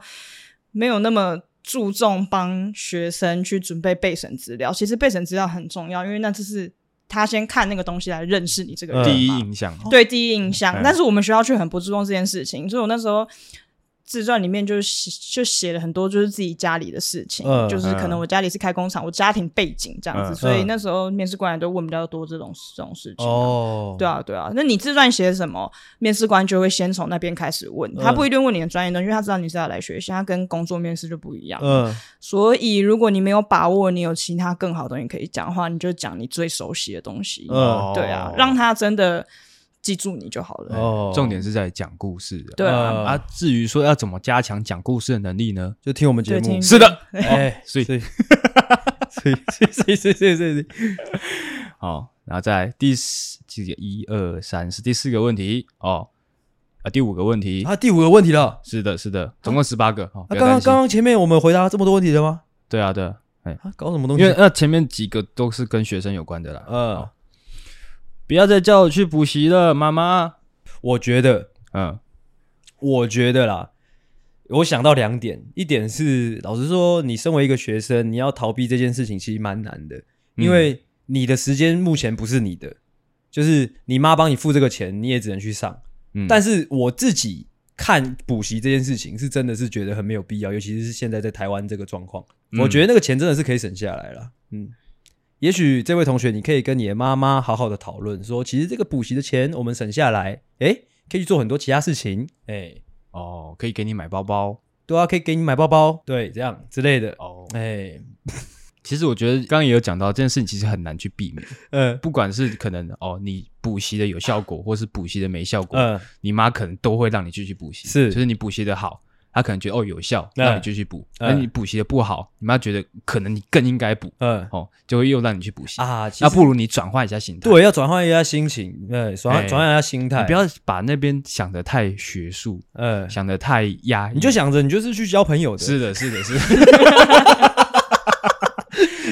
没有那么注重帮学生去准备备审资料，其实备审资料很重要，因为那就是他先看那个东西来认识你这个人嘛，
第一印象。
哦
对第一印象
嗯。
但是我们学校却很不注重这件事情，所以我那时候自传里面就写就写了很多就是自己家里的事情，
嗯
就是可能我家里是开工厂，我家庭背景这样子，
嗯
所以
嗯
那时候面试官也都问比较多这种这种事情啊、
哦，
对啊，对啊，那你自传写什么，面试官就会先从那边开始问，他
嗯
不一定问你的专业东西，因为他知道你是要来学习，他跟工作面试就不一样。
嗯，
所以如果你没有把握，你有其他更好的东西可以讲的话，你就讲你最熟悉的东西。
嗯
哦
对啊，让他真的记住你就好了。
哦，
重点是在讲故事啊。
对啊，嗯
嗯
啊，至于说要怎么加强讲故事的能力呢？
就听我们节
对，
目
听。
是的，
哎，
所 以
所以所以所以所以所以所以，
好，然后再来第四，这个一二三是第四个问题哦，啊，第五个问题，
啊，第五个问题了。
是的，是的，总共十八个。哦，
啊，
不要
刚刚
担心
刚刚前面我们回答这么多问题了吗？
对啊，对啊，哎，
啊，搞什么东西？
因为那前面几个都是跟学生有关的
嗯
啦。
呃，
不要再叫我去补习了，妈妈。
我觉得，
嗯，
我觉得啦，我想到两点，一点是老实说，你身为一个学生，你要逃避这件事情其实蛮难的，因为你的时间目前不是你的，就是你妈帮你付这个钱，你也只能去上。
嗯
但是我自己看补习这件事情，是真的是觉得很没有必要，尤其是现在在台湾这个状况，
嗯
我觉得那个钱真的是可以省下来了。嗯，也许这位同学，你可以跟你的妈妈好好的讨论，说其实这个补习的钱我们省下来，诶，可以去做很多其他事情，诶，
哦，可以给你买包包
对啊，可以给你买包包，对，这样之类的，
哦。
诶，
其实我觉得刚刚也有讲到，这件事情其实很难去避 免，
嗯
不管是可能哦，你补习的有效果，或是补习的没效果，
嗯
你妈可能都会让你继续补习。
是
就是你补习的好，她可能觉得哦有效，
嗯
让你继续补；
嗯
那你补习的不好，你妈觉得可能你更应该补，
嗯
哦，就会又让你去补习。
啊，其
那
实
不如你转换一下心态，
对，要转换一下心情，对，转换
哎
转换一下心态，
你不要把那边想的太学术，
嗯，
想的太压抑，
你就想着你就是去交朋友的，
是的，是的，是 的。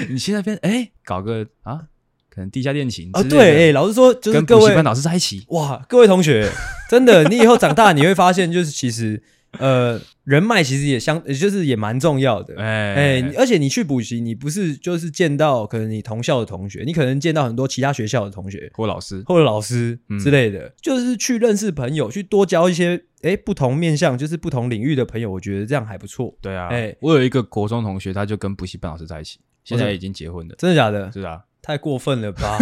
你去那边哎、搞个啊，可能地下恋情
啊，
之类的
对，哎，老实说，就是
跟
各
补习
位
班老师在一起，
哇，各位同学， 真的，你以后长大你会发现，就是其实呃，人脉其实也相，也就是也蛮重要的。
哎
哎、你而且你去补习，你不是就是见到可能你同校的同学，你可能见到很多其他学校的同学
或老师，
或者老师
嗯
之类的，就是去认识朋友，去多交一些哎、不同面向，就是不同领域的朋友，我觉得这样还不错。
对啊，
哎
我有一个国中同学，他就跟补习班老师在一起，现在已经结婚了，
真的假的？
是啊，
太过分了 吧？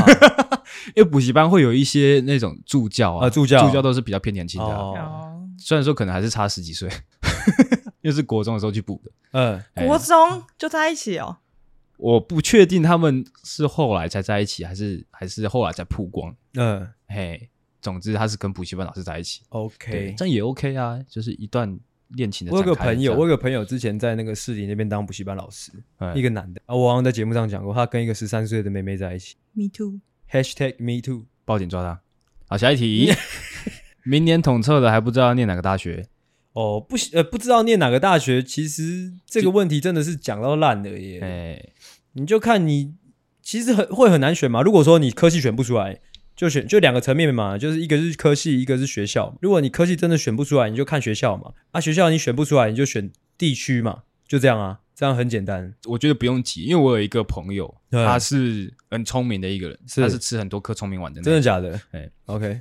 因为补习班会有一些那种助教啊，
啊助教
助教都是比较偏年轻的啊、
哦，
哦，
虽然说可能还是差十几岁， 因为是国中的时候去补的。
嗯，
哎
国中就在一起哦，
我不确定他们是后来才在一起，还是还是后来才曝光。
嗯
嘿，总之他是跟补习班老师在一起，对，
，OK。
这样也 OK 啊，就是一段恋情的
我有
展开。
个朋友，
这
我有
样
个朋友之前在那个市里那边当补习班老师，
哎
一个男的啊，我好像在节目上讲过，他跟一个十三岁的妹妹在一起。
Me too。
#hashtag me too。
报警抓他。好，下一题。 明年统测的还不知道要念哪个大学，
哦，不喜，呃，不知道念哪个大学，其实这个问题真的是讲到烂了耶。
哎，
你就看你其实很会很难选嘛。如果说你科系选不出来，就选就两个层面嘛，就是一个是科系，一个是学校。如果你科系真的选不出来，你就看学校嘛。啊，学校你选不出来，你就选地区嘛，就这样啊，这样很简单。
我觉得不用急，因为我有一个朋友，
对
他是很聪明的一个人，
嗯是
他是吃很多颗聪明丸的那
真的
种，
假的？
哎
OK，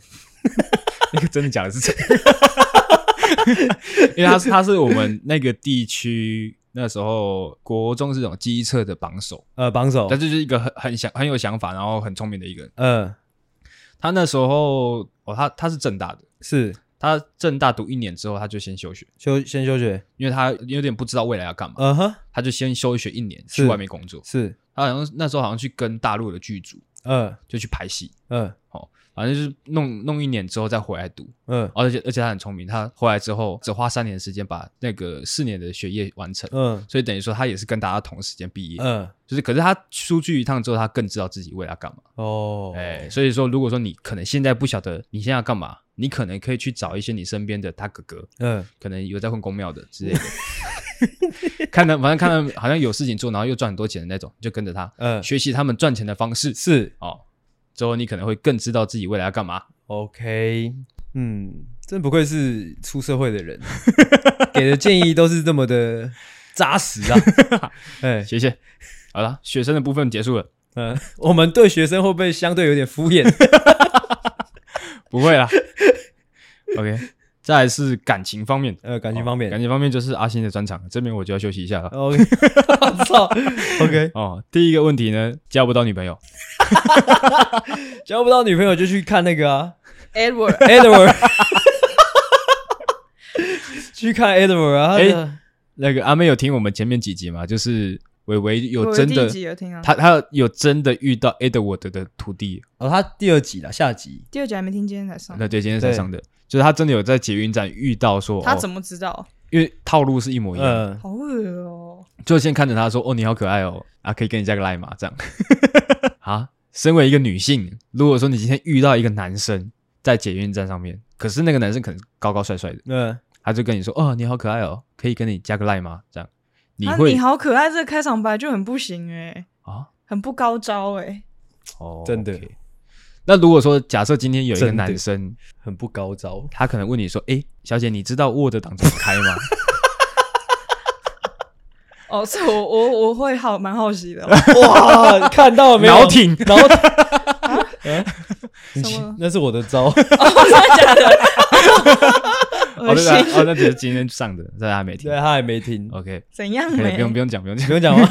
那个真的假的 是真的， 因为他是他是我们那个地区那时候国中是这种机测的榜首，
呃，榜首
但，是就是一个很很想很有想法，然后很聪明的一个人。
呃，
他那时候哦，他他是正大的，
是
他正大读一年之后，他就先休学，
休先休学，
因为他有点不知道未来要干嘛，
嗯哼，
他就先休学一年去
是
外面工作。
是，
他好像那时候好像去跟大陆的剧组
嗯
就去拍戏。
嗯
反正就是弄弄一年之后再回来读，
嗯
而且而且他很聪明，他回来之后只花三年的时间把那个四年的学业完成，
嗯
所以等于说他也是跟大家同时间毕业，
嗯，
就是可是他出去一趟之后，他更知道自己未来要干嘛，
哦，
哎、所以说如果说你可能现在不晓得你现在要干嘛，你可能可以去找一些你身边的他哥哥，
嗯
可能有在混公庙的之类的，看他反正看他们好像有事情做，然后又赚很多钱的那种，你就跟着他
嗯，
学习他们赚钱的方式
是。
哦，之后你可能会更知道自己未来要干嘛。
OK，嗯，真不愧是出社会的 人，给的建议都是这么的扎实 啊。哎，
谢谢。好了，学生的部分结束了，
嗯，我们对学生会不会相对有点敷衍？
不会啦。OK，再来是感情方面，
呃，感情方面
哦感情方面就是阿星的专场，这边我就要休息一下了。
，OK，操，OK，
哦，第一个问题呢，交不到女朋友，
交不到女朋友就去看那个 啊
Edward，
，Edward，去看 Edward 啊。
哎
他的
那个阿妹有听我们前面几集吗？就是伟伟有
我
真
第
的
一，集有听啊，
他他有真的遇到 Edward 的徒弟，
哦，他第二集了，下集
第二集还没听，今天才上。
那对今天才上的，就是他真的有在捷运站遇到说，
他怎
么、
么知道？
因为套路是一模一样的，
嗯，
好恶哦！
就先看着他说：“哦，你好可爱哦，啊，可以跟你加个 line 吗？”这样 啊，身为一个女性，如果说你今天遇到一个男生在捷运站上面，可是那个男生可能高高帅帅的，
嗯，
他就跟你说：“哦，你好可爱哦，可以跟你加个 line 吗？”这样你
啊，
会
你好可爱，这个开场白就很不行哎，
啊
很不高招哎。
哦
真的
OK 那如果说假设今天有一个
真的
男生，
很不高招。
他可能问你说：“诶，小姐，你知道 Word 档怎么开吗
哦，这我我我会好蛮好奇 的哦，
哇，看到了？” 没有？
脑挺，
然后，嗯
什么
那是我的招，
哦
恶
对啊
心
哦，那只是今天上的， 这还没 听
对。他啊还没听，
OK，
怎样欸
可以
没
哎不？用不用讲，不用讲
哦 不，用讲吗？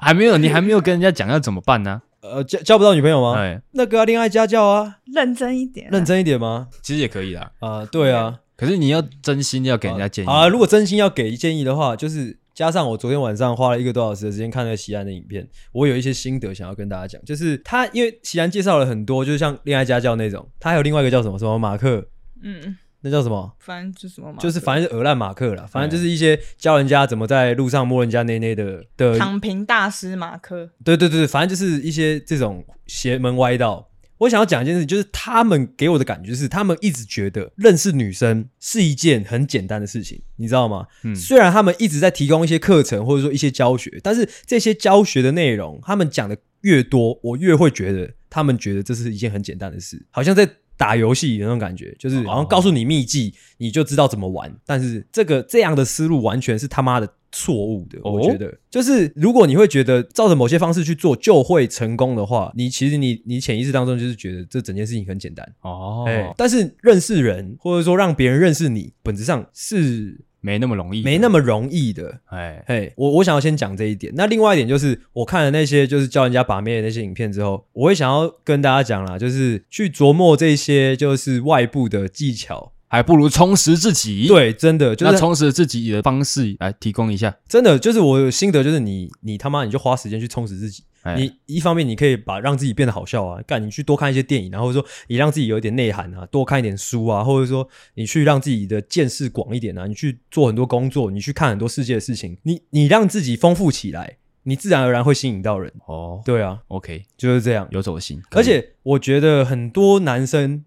还没有，你还没有跟人家讲要怎么办呢？
呃，交交不到女朋友吗？
哎，
那个啊恋爱家教啊，
认真一点啊，
认真一点吗？
其实也可以啦，
啊，对啊，
可是你要真心哎要给人家建议
啊，如果真心要给建议的话，就是加上我昨天晚上花了一个多小时的时间看那个西安的影片，我有一些心得想要跟大家讲，就是他因为西安介绍了很多，就是像恋爱家教那种，他还有另外一个叫什么什么马克，
嗯，
那叫什么？
反正就什么嘛，
就是反正是鹅烂马克啦，反正
哎
就是一些教人家怎么在路上摸人家内内的的
躺平大师马克，
对对对，反正就是一些这种邪门歪道。我想要讲一件事情，就是他们给我的感觉就是，他们一直觉得认识女生是一件很简单的事情，你知道吗？
嗯
虽然他们一直在提供一些课程或者说一些教学，但是这些教学的内容，他们讲的越多，我越会觉得他们觉得这是一件很简单的事，好像在打游戏的那种感觉，就是
哦
好像告诉你秘技，你就知道怎么玩。但是这个这样的思路完全是他妈的错误的，
哦
我觉得。就是如果你会觉得照着某些方式去做就会成功的话，你其实你你潜意识当中就是觉得这整件事情很简单。
哦，
哎、但是认识人或者说让别人认识你，本质上是
没那么容易，
没那么容易的。
哎，
嘿，我我想要先讲这一点。那另外一点就是，我看了那些就是教人家把妹的那些影片之后，我会想要跟大家讲啦，就是去琢磨这些就是外部的技巧。
还不如充实自己。，
对，真的就
嗯那
是
充实自己的方式来提供一下。
真的就是我有心得，就是你你他妈你就花时间去充实自己。
哎
你一方面你可以把让自己变得好笑啊，干你去多看一些电影，然后说你让自己有一点内涵啊，多看一点书啊，或者说你去让自己的见识广一点啊，你去做很多工作，你去看很多世界的事情，你你让自己丰富起来，你自然而然会吸引到人。
哦，
对啊，
，OK，
就是这样。
有走心，可以
而且我觉得很多男生，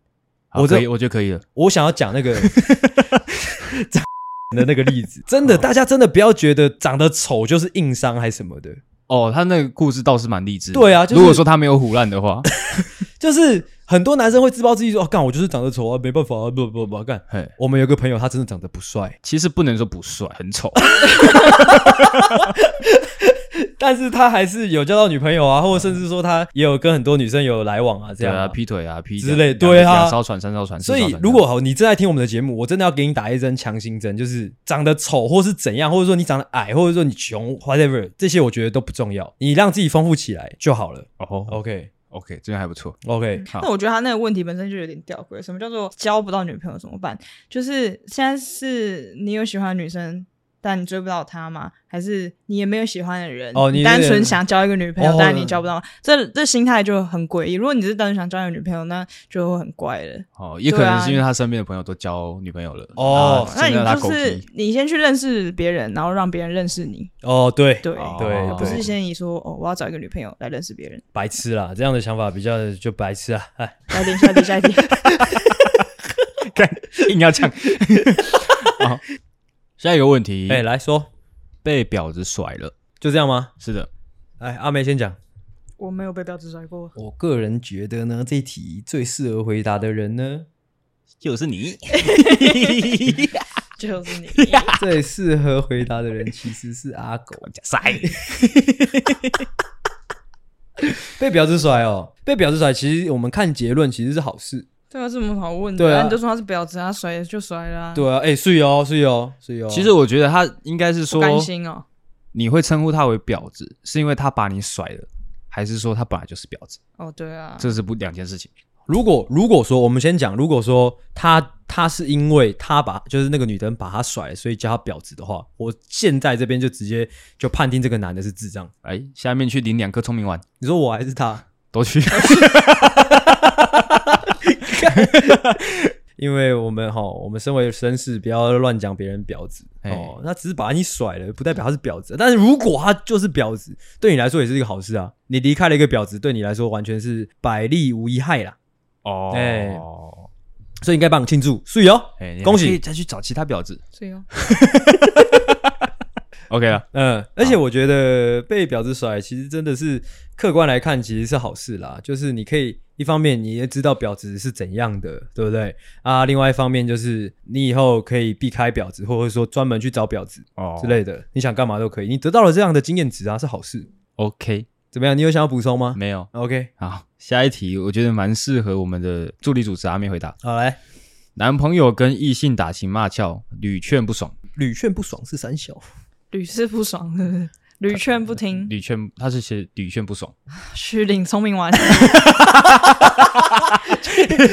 好
我这
可以，我觉得可以了。
我想要讲那个 的那个例子，真
嗯
的，大家真的不要觉得长得丑就是硬伤还是什么的，
哦，他那个故事倒是蛮励志的。
对啊就是
如果说他没有胡乱的话，
就是很多男生会自暴自弃说，哦，干我就是长得丑啊，没办法啊，不不不干。
嘿，
我们有个朋友，他真的长得不帅，
其实不能说不帅，很丑。
但是他还是有交到女朋友啊，或者甚至说他也有跟很多女生有来往啊，这
对
样
啊，
啊、
劈腿啊，劈
之类对啊
烧船三烧船。
所
四烧
以
船，
如果好你正在听我们的节目，我真的要给你打一针强心针，就是长得丑或是怎样，或者说你长得矮，或者说你穷，whatever，这些我觉得都不重要，你让自己丰富起来就好了。
哦
OK
，OK，这样还不错。
OK，
好
嗯那我觉得他那个问题本身就有点吊诡。什么叫做交不到女朋友怎么办？就是现在是你有喜欢的女生，但你追不到她吗？还是你也没有喜欢的人？
哦你有
单纯
点
想交一个女朋
哦
友，但你交不到吗，这这心态就很诡异。如果你只是单纯想交一个女朋友，那就会很怪了。
哦，也可
对
能
啊
是因为他身边的朋友都交女朋友了。
哦
啊
那
现在他
你就
狗
是
屁
你先去认识别人，然后让别人认识你。
哦，对，
对
哦
对
而不
对
是先以说哦，我要找一个女朋友来认识别人。
白痴啦，这样的想法比较就白痴啊。哎
来点下一题，下一题。
硬要呛。好，下一个问题，
哎，来说，
被婊子甩了。
就这样吗？
是的，
哎，阿梅先讲。
我没有被标志甩过。
我个人觉得呢，这一题最适合回答的人呢，
就是你。
就是 你，
最适合回答的人其实是阿 狗。
塞，
被婊子甩哦，被婊子甩，其实我们看结论其实是好事。
对啊，这有什么好问的？
对啊
那你就说他是婊子，他甩就甩啦、
对啊，哎、睡哦，睡哦，睡哦。
其实我觉得他应该是
不
说，
甘心哦。
你会称呼他为婊子，是因为他把你甩了，还是说他本来就是婊子？
哦，对啊，
这是不两件事情。
如果如果说我们先讲，如果说他他是因为他把就是那个女的把他甩了，所以叫他婊子的话，我现在这边就直接就判定这个男的是智障。
哎，下面去领两颗聪明丸，
你说我还是他？
都去。
因为我们哈，我们身为绅士，不要乱讲别人婊子
哎
哦。那只是把你甩了，不代表他是婊子。但是如果他就是婊子，对你来说也是一个好事啊。你离开了一个婊子，对你来说完全是百利无一害啦。
哦
哎所以应该帮我们庆祝，睡哦，
哎，你还
恭
可以
喜。
再去找其他婊子。
所以哦，
OK 了，
嗯，而且我觉得被婊子甩，其实真的是客观来看，其实是好事啦。就是你可以一方面你也知道婊子是怎样的，对不对？啊，另外一方面就是你以后可以避开婊子，或者说专门去找婊子
哦
之类的，你想干嘛都可以。你得到了这样的经验值啊，是好事。
OK，
怎么样？你有想要补充吗
没有。
？OK，
好，下一题我觉得蛮适合我们的助理主持阿妹回答。
好来，
男朋友跟异性打情骂俏，屡劝不爽，
屡劝不爽是三小。
屡试不爽，是不是？屡劝不听，
屡劝他是写屡劝不爽，
虚领聪明 丸。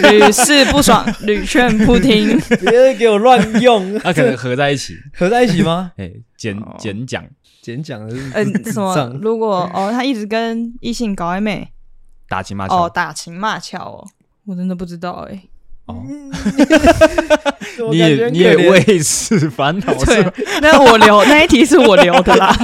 屡试不 爽，屡劝不听。
别给我乱 用，
啊他可能合在一起，
合在一起吗？
哎，简
哦
简讲
简讲的是
嗯、
智
什么
障？
如果哦，他一直跟异性搞暧昧，
打情骂
哦，
俏，
打情骂俏哦，我真的不知道哎、
我
你
感觉
也
很
你
可
也
怜
为此烦恼是吧？
对，那我留那一题是我留的 啦。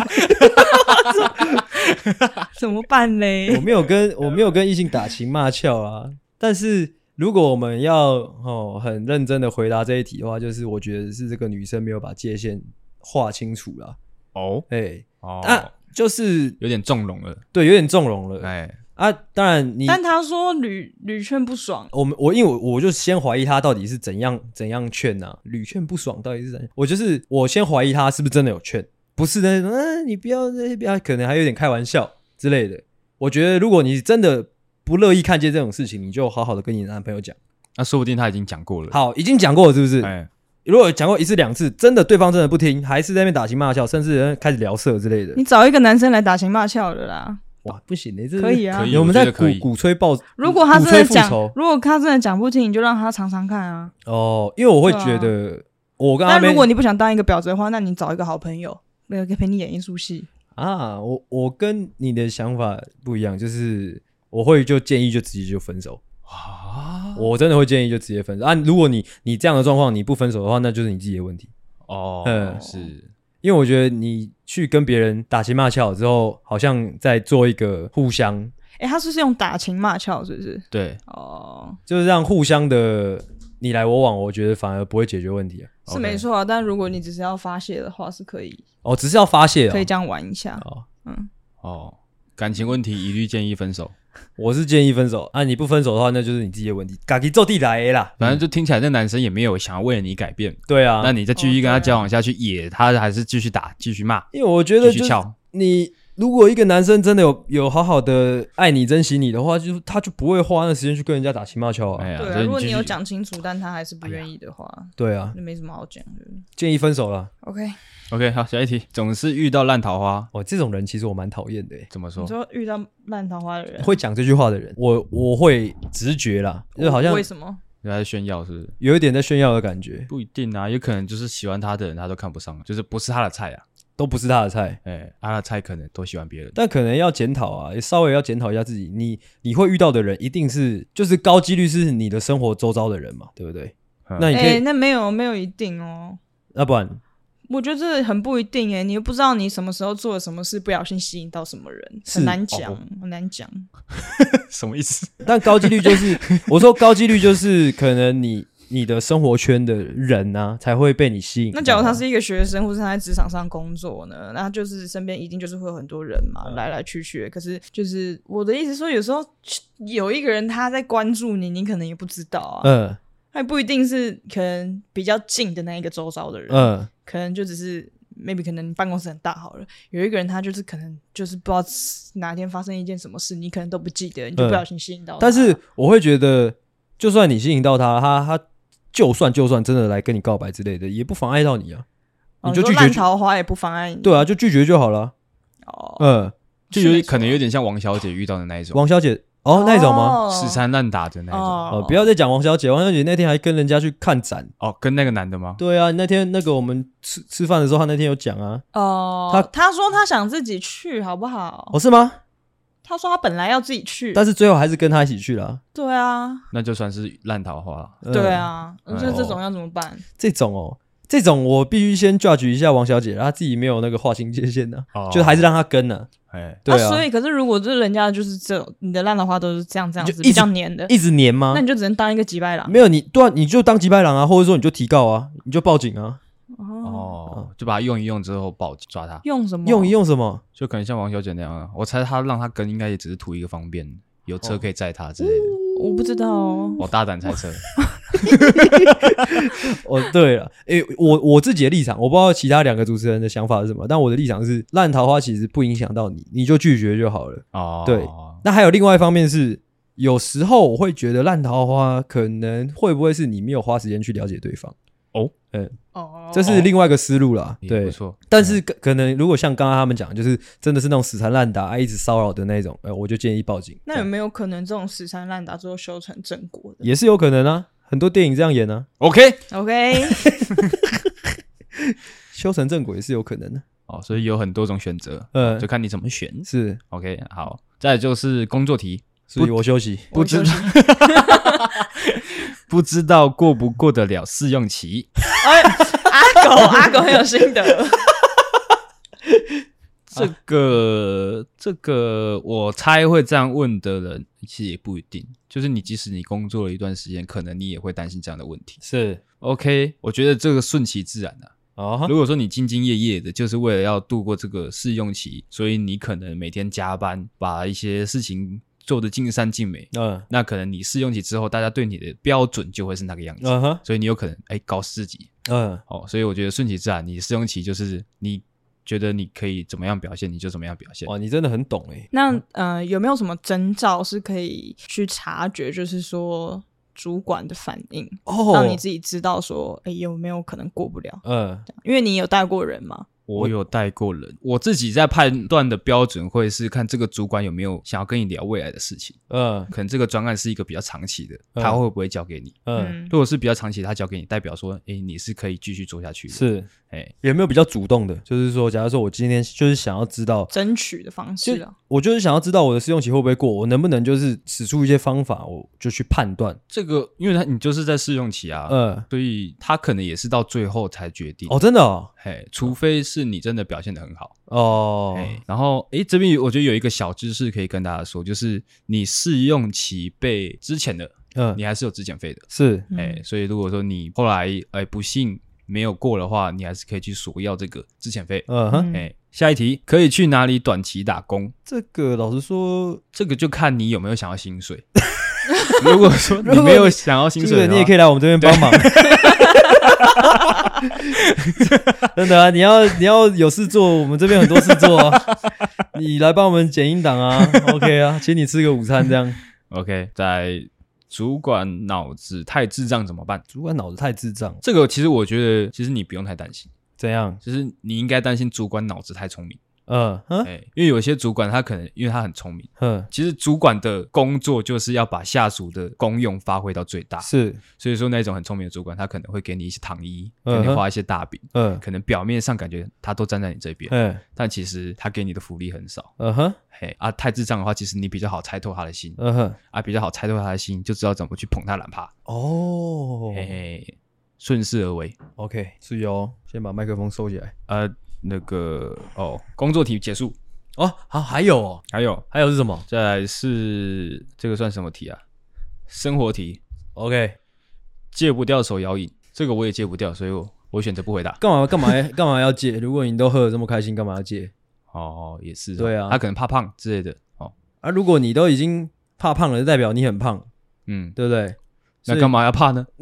怎么办嘞
我？没有跟我没有跟异性打情骂俏啊，但是如果我们要哦很认真的回答这一题的话，就是我觉得是这个女生没有把界限划清楚啦。
哦
哎、
哦
啊，就是
有点纵容了，
对有点纵容了
哎，
啊。当然你，
但他说屡屡劝不爽，
我们我因为我我就先怀疑他到底是怎样怎样劝呐、屡劝不爽到底是怎样？我就是我先怀疑他是不是真的有劝，不是那种嗯、你不要那不要，可能还有点开玩笑之类的。我觉得如果你真的不乐意看见这种事情，你就好好的跟你男朋友讲。
那说不定他已经讲过了，
好，已经讲过了是不是？
哎，
如果讲过一次两次，真的对方真的不听，还是在那边打情骂俏，甚至呃开始聊色之类的
你，找一个男生来打情骂俏的啦。
哇，不行的、这
可以啊可
以
我们
我觉
在
得
鼓
可以
鼓吹报，
如果
嗯
他
鼓
真的
吹复
讲
仇，
如果他真的讲不听，你就让他尝尝看啊。
哦，因为我会
对啊
觉得、我跟阿
但
妹
如果你不想当一个婊子的话，那你找一个好朋友，没有陪你演一出戏。
啊，我我跟你的想法不一样，就是我会就建议就直接就分手，
啊，
我真的会建议就直接分手啊。如果你你这样的状况你不分手的话，那就是你自己的问题，
哦
嗯，
是，
因为我觉得你去跟别人打情骂俏之后，好像在做一个互相，
哎、他是不是用打情骂俏？是不是？
对，
哦，
就是让互相的你来我往，我觉得反而不会解决问题啊。
是没错啊。但如果你只是要发泄的话，是可以
哦，只是要发泄、哦，
可以这样玩一下。
哦
嗯，
哦，感情问题一律建议分手，
我是建议分手啊！你不分手的话，那就是你自己的问题，嘎给做地来的啦。嗯
反正就听起来那男生也没有想要为了你改变，
对啊，
那你再继续跟
哦
他
对啊
交往下去，也他还是继续打，继续骂，
因为我觉得
继续
就是
撬，
你如果一个男生真的有有好好的爱你、珍惜你的话，就他就不会花那时间去跟人家打情骂俏啊。
哎呀，
对
所
啊。
以
如果
继
你
续
有，讲清楚，但他还是不愿意的话，
对啊，
那没什么好讲的。
建议分手啦。
OK，
OK，好，下一题，总是遇到烂桃花，
哦，这种人其实我蛮讨厌的欸，
怎么说
你？说遇到烂桃花的人，
会讲这句话的人，我我会直觉啦，就好像
为什么？
人家在炫耀是不是？
有一点在炫耀的感觉，
不一定啊，有可能就是喜欢他的人他都看不上，就是不是他的菜啊。
都不是他的菜。
哎、他的菜可能都喜欢别人。
但可能要检讨啊，也稍微要检讨一下自己。你你会遇到的人，一定是就是高几率是你的生活周遭的人嘛，对不对？
嗯
那你可
哎、
以，
那没有没有一定哦。
要、不然
我觉得这很不一定哎，你又不知道你什么时候做了什么事，不小心吸引到什么人，
是
很难讲，
哦
很难讲。
什么意思？
但高几率就是，我说高几率就是可能你你的生活圈的人啊才会被你吸引到啊。
那假如他是一个学生，或是他在职场上工作呢？那就是身边一定就是会有很多人嘛，
嗯
来来去去。可是就是我的意思说，有时候有一个人他在关注你，你可能也不知道啊，
嗯
他也不一定是可能比较近的那一个周遭的人，
嗯
可能就只是 maybe 可能你办公室很大好了，有一个人他就是可能就是不知道哪天发生一件什么事，你可能都不记得，你就
嗯
不小心吸引到他、
但是我会觉得，就算你吸引到他，他他就算就算真的来跟你告白之类的，也不妨碍到你啊，
哦、
你就
说
拒绝
烂
就
桃花也不妨碍你。
对啊，就拒绝就好了。
嗯哦，
嗯，
就是
没
有
错啊
可能有点像王小姐遇到的那一种，
王小姐哦那种吗？
死缠烂打的那一种。哦
哦，不要再讲王小姐，王小姐那天还跟人家去看展。
跟那个男的吗？
对啊，那天那个我们吃吃饭的时候，他那天有讲啊，
哦，
他
他说他想自己去，好不好？
哦是吗？
他说他本来要自己去，
但是最后还是跟他一起去了啊。
对啊，
那就算是烂桃花了。
嗯
对，啊，
哎
就这种要怎么办？
这种哦，这种我必须先 judge 一下王小姐，她自己没有那个划清界限呢、
哦
就还是让她跟呢、
哎、
对啊，
所以可是如果就是人家就是这种，你的烂桃花都是这样这样
就
子
一直
比较黏的，
一直黏吗
那？你就只能当一个几百郎
没有你，对啊，你就当击败狼啊，或者说你就提告啊，你就报警啊，
哦。
嗯
哦，就把他用一用之后报警抓他，
用什么？
用一用什么？
就可能像王小姐那样啊。我猜他让他跟应该也只是图一个方便，有车可以载他之类的。
我不知道哦。
我大胆猜测，
哦，对了，诶、我我自己的立场，我不知道其他两个主持人的想法是什么，但我的立场是，烂桃花其实不影响到你，你就拒绝就好了。
哦，
对那还有另外一方面是，有时候我会觉得烂桃花可能会不会是你没有花时间去了解对方，
哦，
这是另外一个思路啦。
也
对
不，错。
但是可可能如果像刚刚他们讲，就是真的是那种死缠烂打、啊一直骚扰的那种，呃，我就建议报警。
那
这
有
样
没有可能这种死缠烂打最后修成正果的
也是有可能啊，很多电影这样演啊，
OK，
？OK，
修成正果也是有可能的、
哦，所以有很多种选择，
嗯
哦就看你怎么选。
是，
OK，好，再来就是工作题，
所以我休息。
不知道。
不知道过不过得了试用期。
哎， 阿狗，阿狗很有心得。
这个、这个，我猜会这样问的人，其实也不一定。就是你，即使你工作了一段时间，可能你也会担心这样的问题。
是
OK，我觉得这个顺其自然的、啊。
哦哈
如果说你兢兢业业的，就是为了要度过这个试用期，所以你可能每天加班，把一些事情做得尽善尽美。
嗯
那可能你试用期之后，大家对你的标准就会是那个样子，
嗯哼
所以你有可能哎高四级
嗯
哦。所以我觉得顺其自然，你试用期就是你觉得你可以怎么样表现，你就怎么样表现。
哇，你真的很懂哎。
嗯
那呃，有没有什么征兆是可以去察觉，就是说主管的反应，
哦，
让你自己知道说，哎、有没有可能过不了？
嗯
因为你有带过人嘛，
我有带过人，我自己在判断的标准会是看这个主管有没有想要跟你聊未来的事情，
嗯
可能这个专案是一个比较长期的，
嗯
他会不会交给你？
嗯，
如果是比较长期，他交给你，代表说，诶，你是可以继续做下去的。，
是
哎，
有没有比较主动的？就是说，假如说我今天就是想要知道，
争取的方式啊，
我就是想要知道我的试用期会不会过，我能不能就是使出一些方法，我就去判断。
这个因为他你就是在试用期啊，
嗯，
所以他可能也是到最后才决定。
哦，，真的哦，
嘿，除非是你真的表现的很好。
哦，
哎，然后哎，这边有我觉得有一个小知识可以跟大家说，就是你试用期被之前的，
嗯
你，还是有质检费的。
是，
嗯
哎、所以如果说你后来哎不幸没有过的话，你还是可以去索要这个之前费。哎、
嗯哼，
嗯
下一题，可以去哪里短期打工？
这个老实说，
这个就看你有没有想要薪水。如果说你没有想要薪
薪
水
水
的
你也可
以。
以来我们这边帮 忙。真的啊，你要你要有事做，我们这边很多事做啊。你来帮我们剪音档啊，OK 啊，请你吃个午餐这样。
OK，在主管脑子太智障怎么办？
主管脑子太智障，
这个其实我觉得，其实你不用太担心，
怎样？
就是你应该担心主管脑子太聪明。
嗯
哎、
嗯
因为有些主管他可能因为他很聪明，
嗯，
其实主管的工作就是要把下属的功用发挥到最大。
是，
所以说那种很聪明的主管，他可能会给你一些糖衣，
嗯哼
给你画一些大饼，
嗯
可能表面上感觉他都站在你这边，
嗯
但其实他给你的福利很少。
嗯哼
嘿啊，太智障的话，其实你比较好猜透他的心
嗯哼，
啊，比较好猜透他的心，就知道怎么去捧他懒趴，
哦
嘿嘿，顺势而为。
，OK，是由先把麦克风收起来。
呃，那个哦，工作题结束，
哦，好，还有哦，
还有
还有是什么
再来是这个算什么题啊？生活题，
？OK，
戒不掉手摇饮，这个我也戒不掉，所以我我选择不回答。
干嘛 干嘛干嘛要戒？如果你都喝的这么开心，干嘛要戒？
哦，也是哦，
对啊
他可能怕胖之类的。哦，
啊，如果你都已经怕胖了，就代表你很胖，
嗯，
对不对？
那
是
干嘛要怕呢？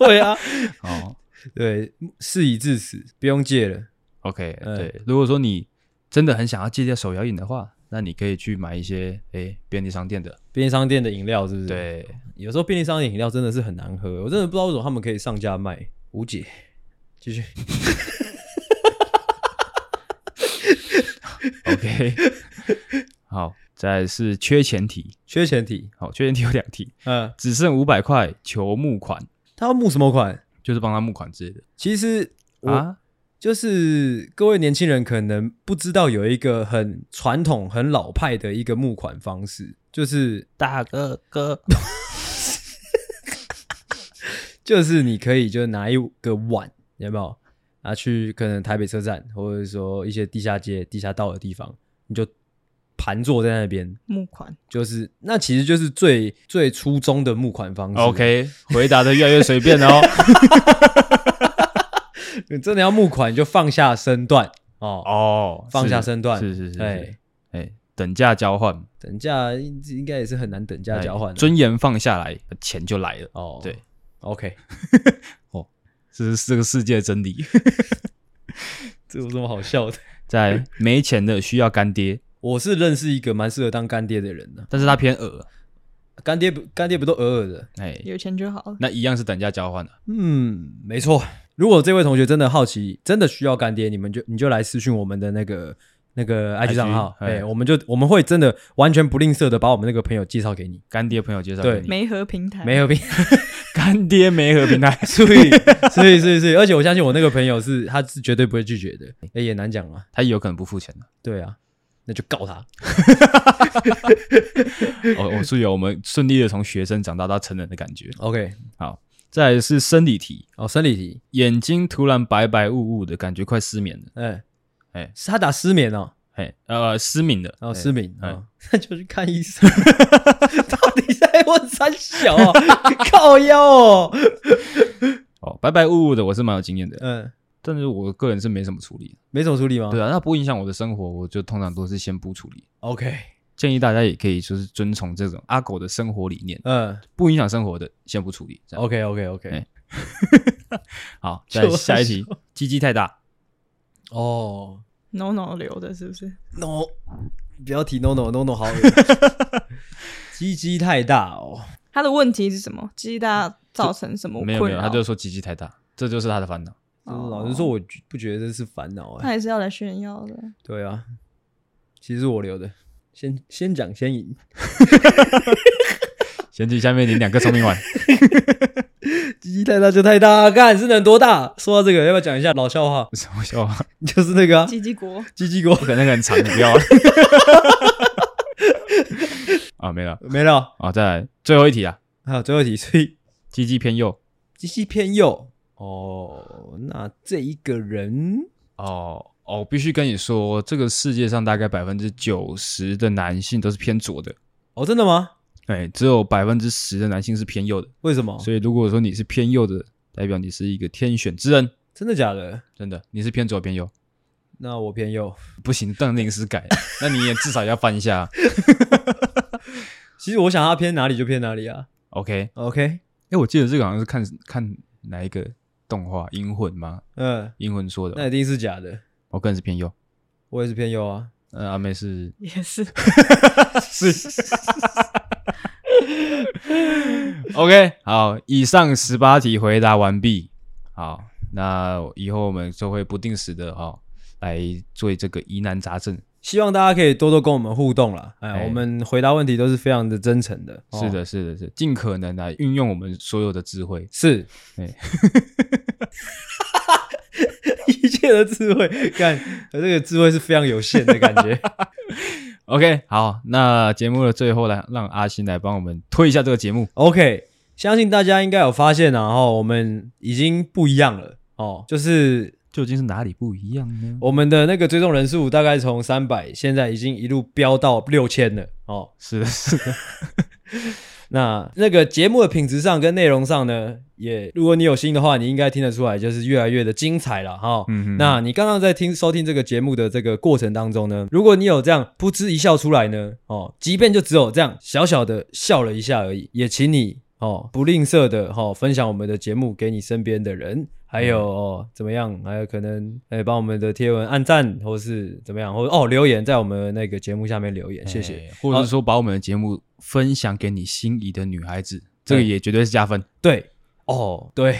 对啊，
哦
对，事已至此，不用戒了。
，OK，
嗯
对，如果说你真的很想要戒掉手摇饮的话，那你可以去买一些诶便利商店的，
便利商店的饮料是不是？，
对，
有时候便利商店饮料真的是很难喝，我真的不知道为什么他们可以上架卖，无解。继续，
OK，好，再来是缺钱题，
缺钱题，
好，缺钱题有两题，
嗯，
只剩五百块求募款，
他要募什么款？
就是帮他募款之类的
其实我、
啊，
就是各位年轻人可能不知道有一个很传统、很老派的一个募款方式，就是
大哥哥，
就是你可以就拿一个碗，有没有？拿去可能台北车站，或者说一些地下街、地下道的地方，你就盘坐在那边，
募款，
就是那其实就是最最初衷的募款方式。
OK，回答的越来越随便了哦。
你真的要募款，你就放下身段哦，
哦，
放下
是
身段
是是是，
哎
哎哎，等价交换，
等价应应该也是很难等价交换
哎
的
尊严放下来，钱就来了。
哦。
对，
，OK，
这是这个世界的真理。
这有什么好笑的？
在没钱的需要干爹，
我是认识一个蛮适合当干爹的人的、
但是他偏恶，
干爹不干爹不都偶尔的？
哎，
有钱就好了。
那一样是等价交换的、
嗯，没错。如果这位同学真的好奇，真的需要干爹，你们就你就来私讯我们的那个那个 IG 账号，
哎
哎，我们就我们会真的完全不吝啬的把我们那个朋友介绍给你，
干爹朋友介绍
对
给你，
媒合平
哎
台
没有病，
干爹媒合平台，
所以所以所以所以，而且我相信我那个朋友是他是绝对不会拒绝的，哎，也难讲啊，
他有可能不付钱的。
对啊，那就告他，
哦，我是有我们顺利的从学生长大到成人的感觉。
OK，
再来是生理题，
哦，生理题，
眼睛突然白白雾雾的感觉，快失眠了，
哎
哎
是他打失眠哦，
哎，呃，失明了，
哦，
哎
失明
哎
哦， 那就去看医生， 哦到底在问三小啊，靠腰哦，
哦，白白雾雾的我是蛮有经验的，
嗯，
但是我个人是没什么处理。
没怎么处理吗？
对啊，那不影响我的生活，我就通常都是先不处理。
，OK，
建议大家也可以就是遵从这种阿狗的生活理念，
嗯
不影响生活的先不处理。这样
，OK OK OK，
哎好，再
就是
下一题，鸡鸡太大，
哦
no no 留的是不是？
，No，不要提 No No No No，好恶，鸡鸡太大哦，
他的问题是什么？鸡大造成什么困
嗯没
扰？
有没有，他就说鸡鸡太大，这就是他的烦恼。
就
哦
是老实说，我觉不觉得这是烦恼
他
哎，
也是要来炫耀的。
对啊，其实我留的，先先讲先赢，
贤弟，下面你两个聪明丸，
鸡鸡太大就太大，干是能多大？说到这个，要不要讲一下老笑话？
什么笑话？
就是那个啊
鸡 鸡国
鸡鸡国
不可能很长，你不要。 啊，没了
没了，
啊，再来最后一题啊，
还有最后一题，所以
鸡鸡偏右
鸡鸡偏右哦，那这一个人
哦哦，我必须跟你说，这个世界上大概百分之九十的男性都是偏左的，
哦，真的吗？
哎，只有百分之十的男性是偏右的。
为什么？
所以如果说你是偏右的，代表你是一个天选之人，
真的假的？
真的，你是偏左偏右，
那我偏右。
不行，当临时改，那你也至少要翻一下。
其实我想他偏哪里就偏哪里啊。
OK，
OK，
哎、我记得这个好像是看看哪一个动画《银魂》吗？
嗯，
银魂说
那
的，
一定是假的。
我个人是偏右。
我也是偏右啊。
呃，阿妹是
也是
OK，好，以上十八题回答完毕。好，那以后我们就会不定时的哈、哦、来做这个疑难杂症。
希望大家可以多多跟我们互动啦。哎，
哎
我们回答问题都是非常的真诚的。哦
是，的，是的，是的尽可能来运用我们所有的智慧。
是
哎，
一切的智慧。看，呃这个智慧是非常有限的感 觉。
OK，好，那节目的最后来让阿星来帮我们推一下这个节目。
OK，相信大家应该有发现啊，哦，我们已经不一样了哦，就是
究竟是哪里不一样呢？
我们的那个追踪人数大概从三百，现在已经一路飙到六千了哦。
是的，是的，
那那个节目的品质上跟内容上呢，也如果你有心的话，你应该听得出来，就是越来越的精彩了哈。
嗯哼
那你刚刚在听收听这个节目的这个过程当中呢，如果你有这样噗嗤一笑出来呢，哦，即便就只有这样小小的笑了一下而已，也请你哦不吝啬的哦分享我们的节目给你身边的人。还有、
嗯
哦、怎么样？还有可能哎，帮我们的贴文按赞，或是怎么样，或者哦留言在我们那个节目下面留言，谢谢。
哎或者是说把我们的节目分享给你心仪的女孩子，这个也绝对是加分。
对，哦，对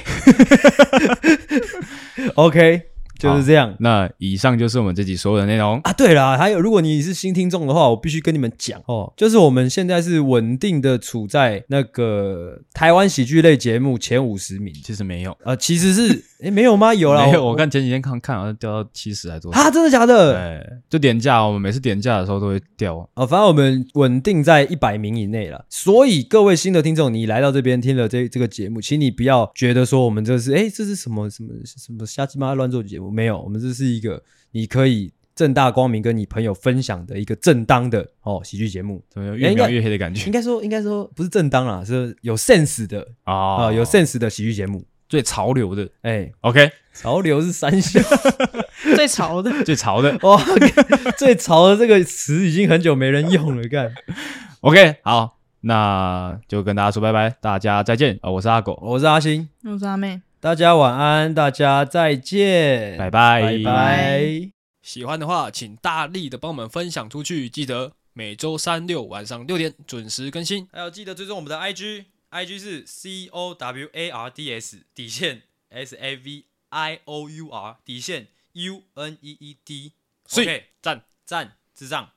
，OK，就是这样
那以上就是我们这集所有的内容。
啊。对啦，还有，如果你是新听众的话，我必须跟你们讲哦，就是我们现在是稳定的处在那个台湾喜剧类节目前五十名。
其实没有，
啊，其实是诶， 没有吗？ 有啦，
没有。我看前几天看看，好像掉到七十还多少。
啊，真的假的？
对，就点哦价，我们每次点价的时候都会掉。
哦，反正我们稳定在一百名以内了。所以各位新的听众，你来到这边听了这这个节目，请你不要觉得说我们这是哎这是什么什么什么瞎鸡巴乱做节目，没有，我们这是一个你可以正大光明跟你朋友分享的一个正当的哦喜剧节目。
怎么有
哎
越
应该
描越黑的感觉
应该说应该说不是正当啦，是有 sense 的啊、
啊
有 sense 的喜剧节目。
最潮流的
哎、
，OK，
潮流是三小
最 潮的，
最潮的
哇， 最潮的这个词已经很久没人用了，干。
，OK，好，那就跟大家说拜拜，大家再见啊、我是阿狗，
我是阿星。
我是阿妹。
大家晚安，大家再见，
拜拜，
拜拜
喜欢的话，请大力的帮我们分享出去，记得每周三六晚上六点准时更新。
还有记得追踪我们的 IG，IG 是 C O W A R D S 底线 S A V I O U R 底线 U N E E D。
所以
OK，赞赞智障。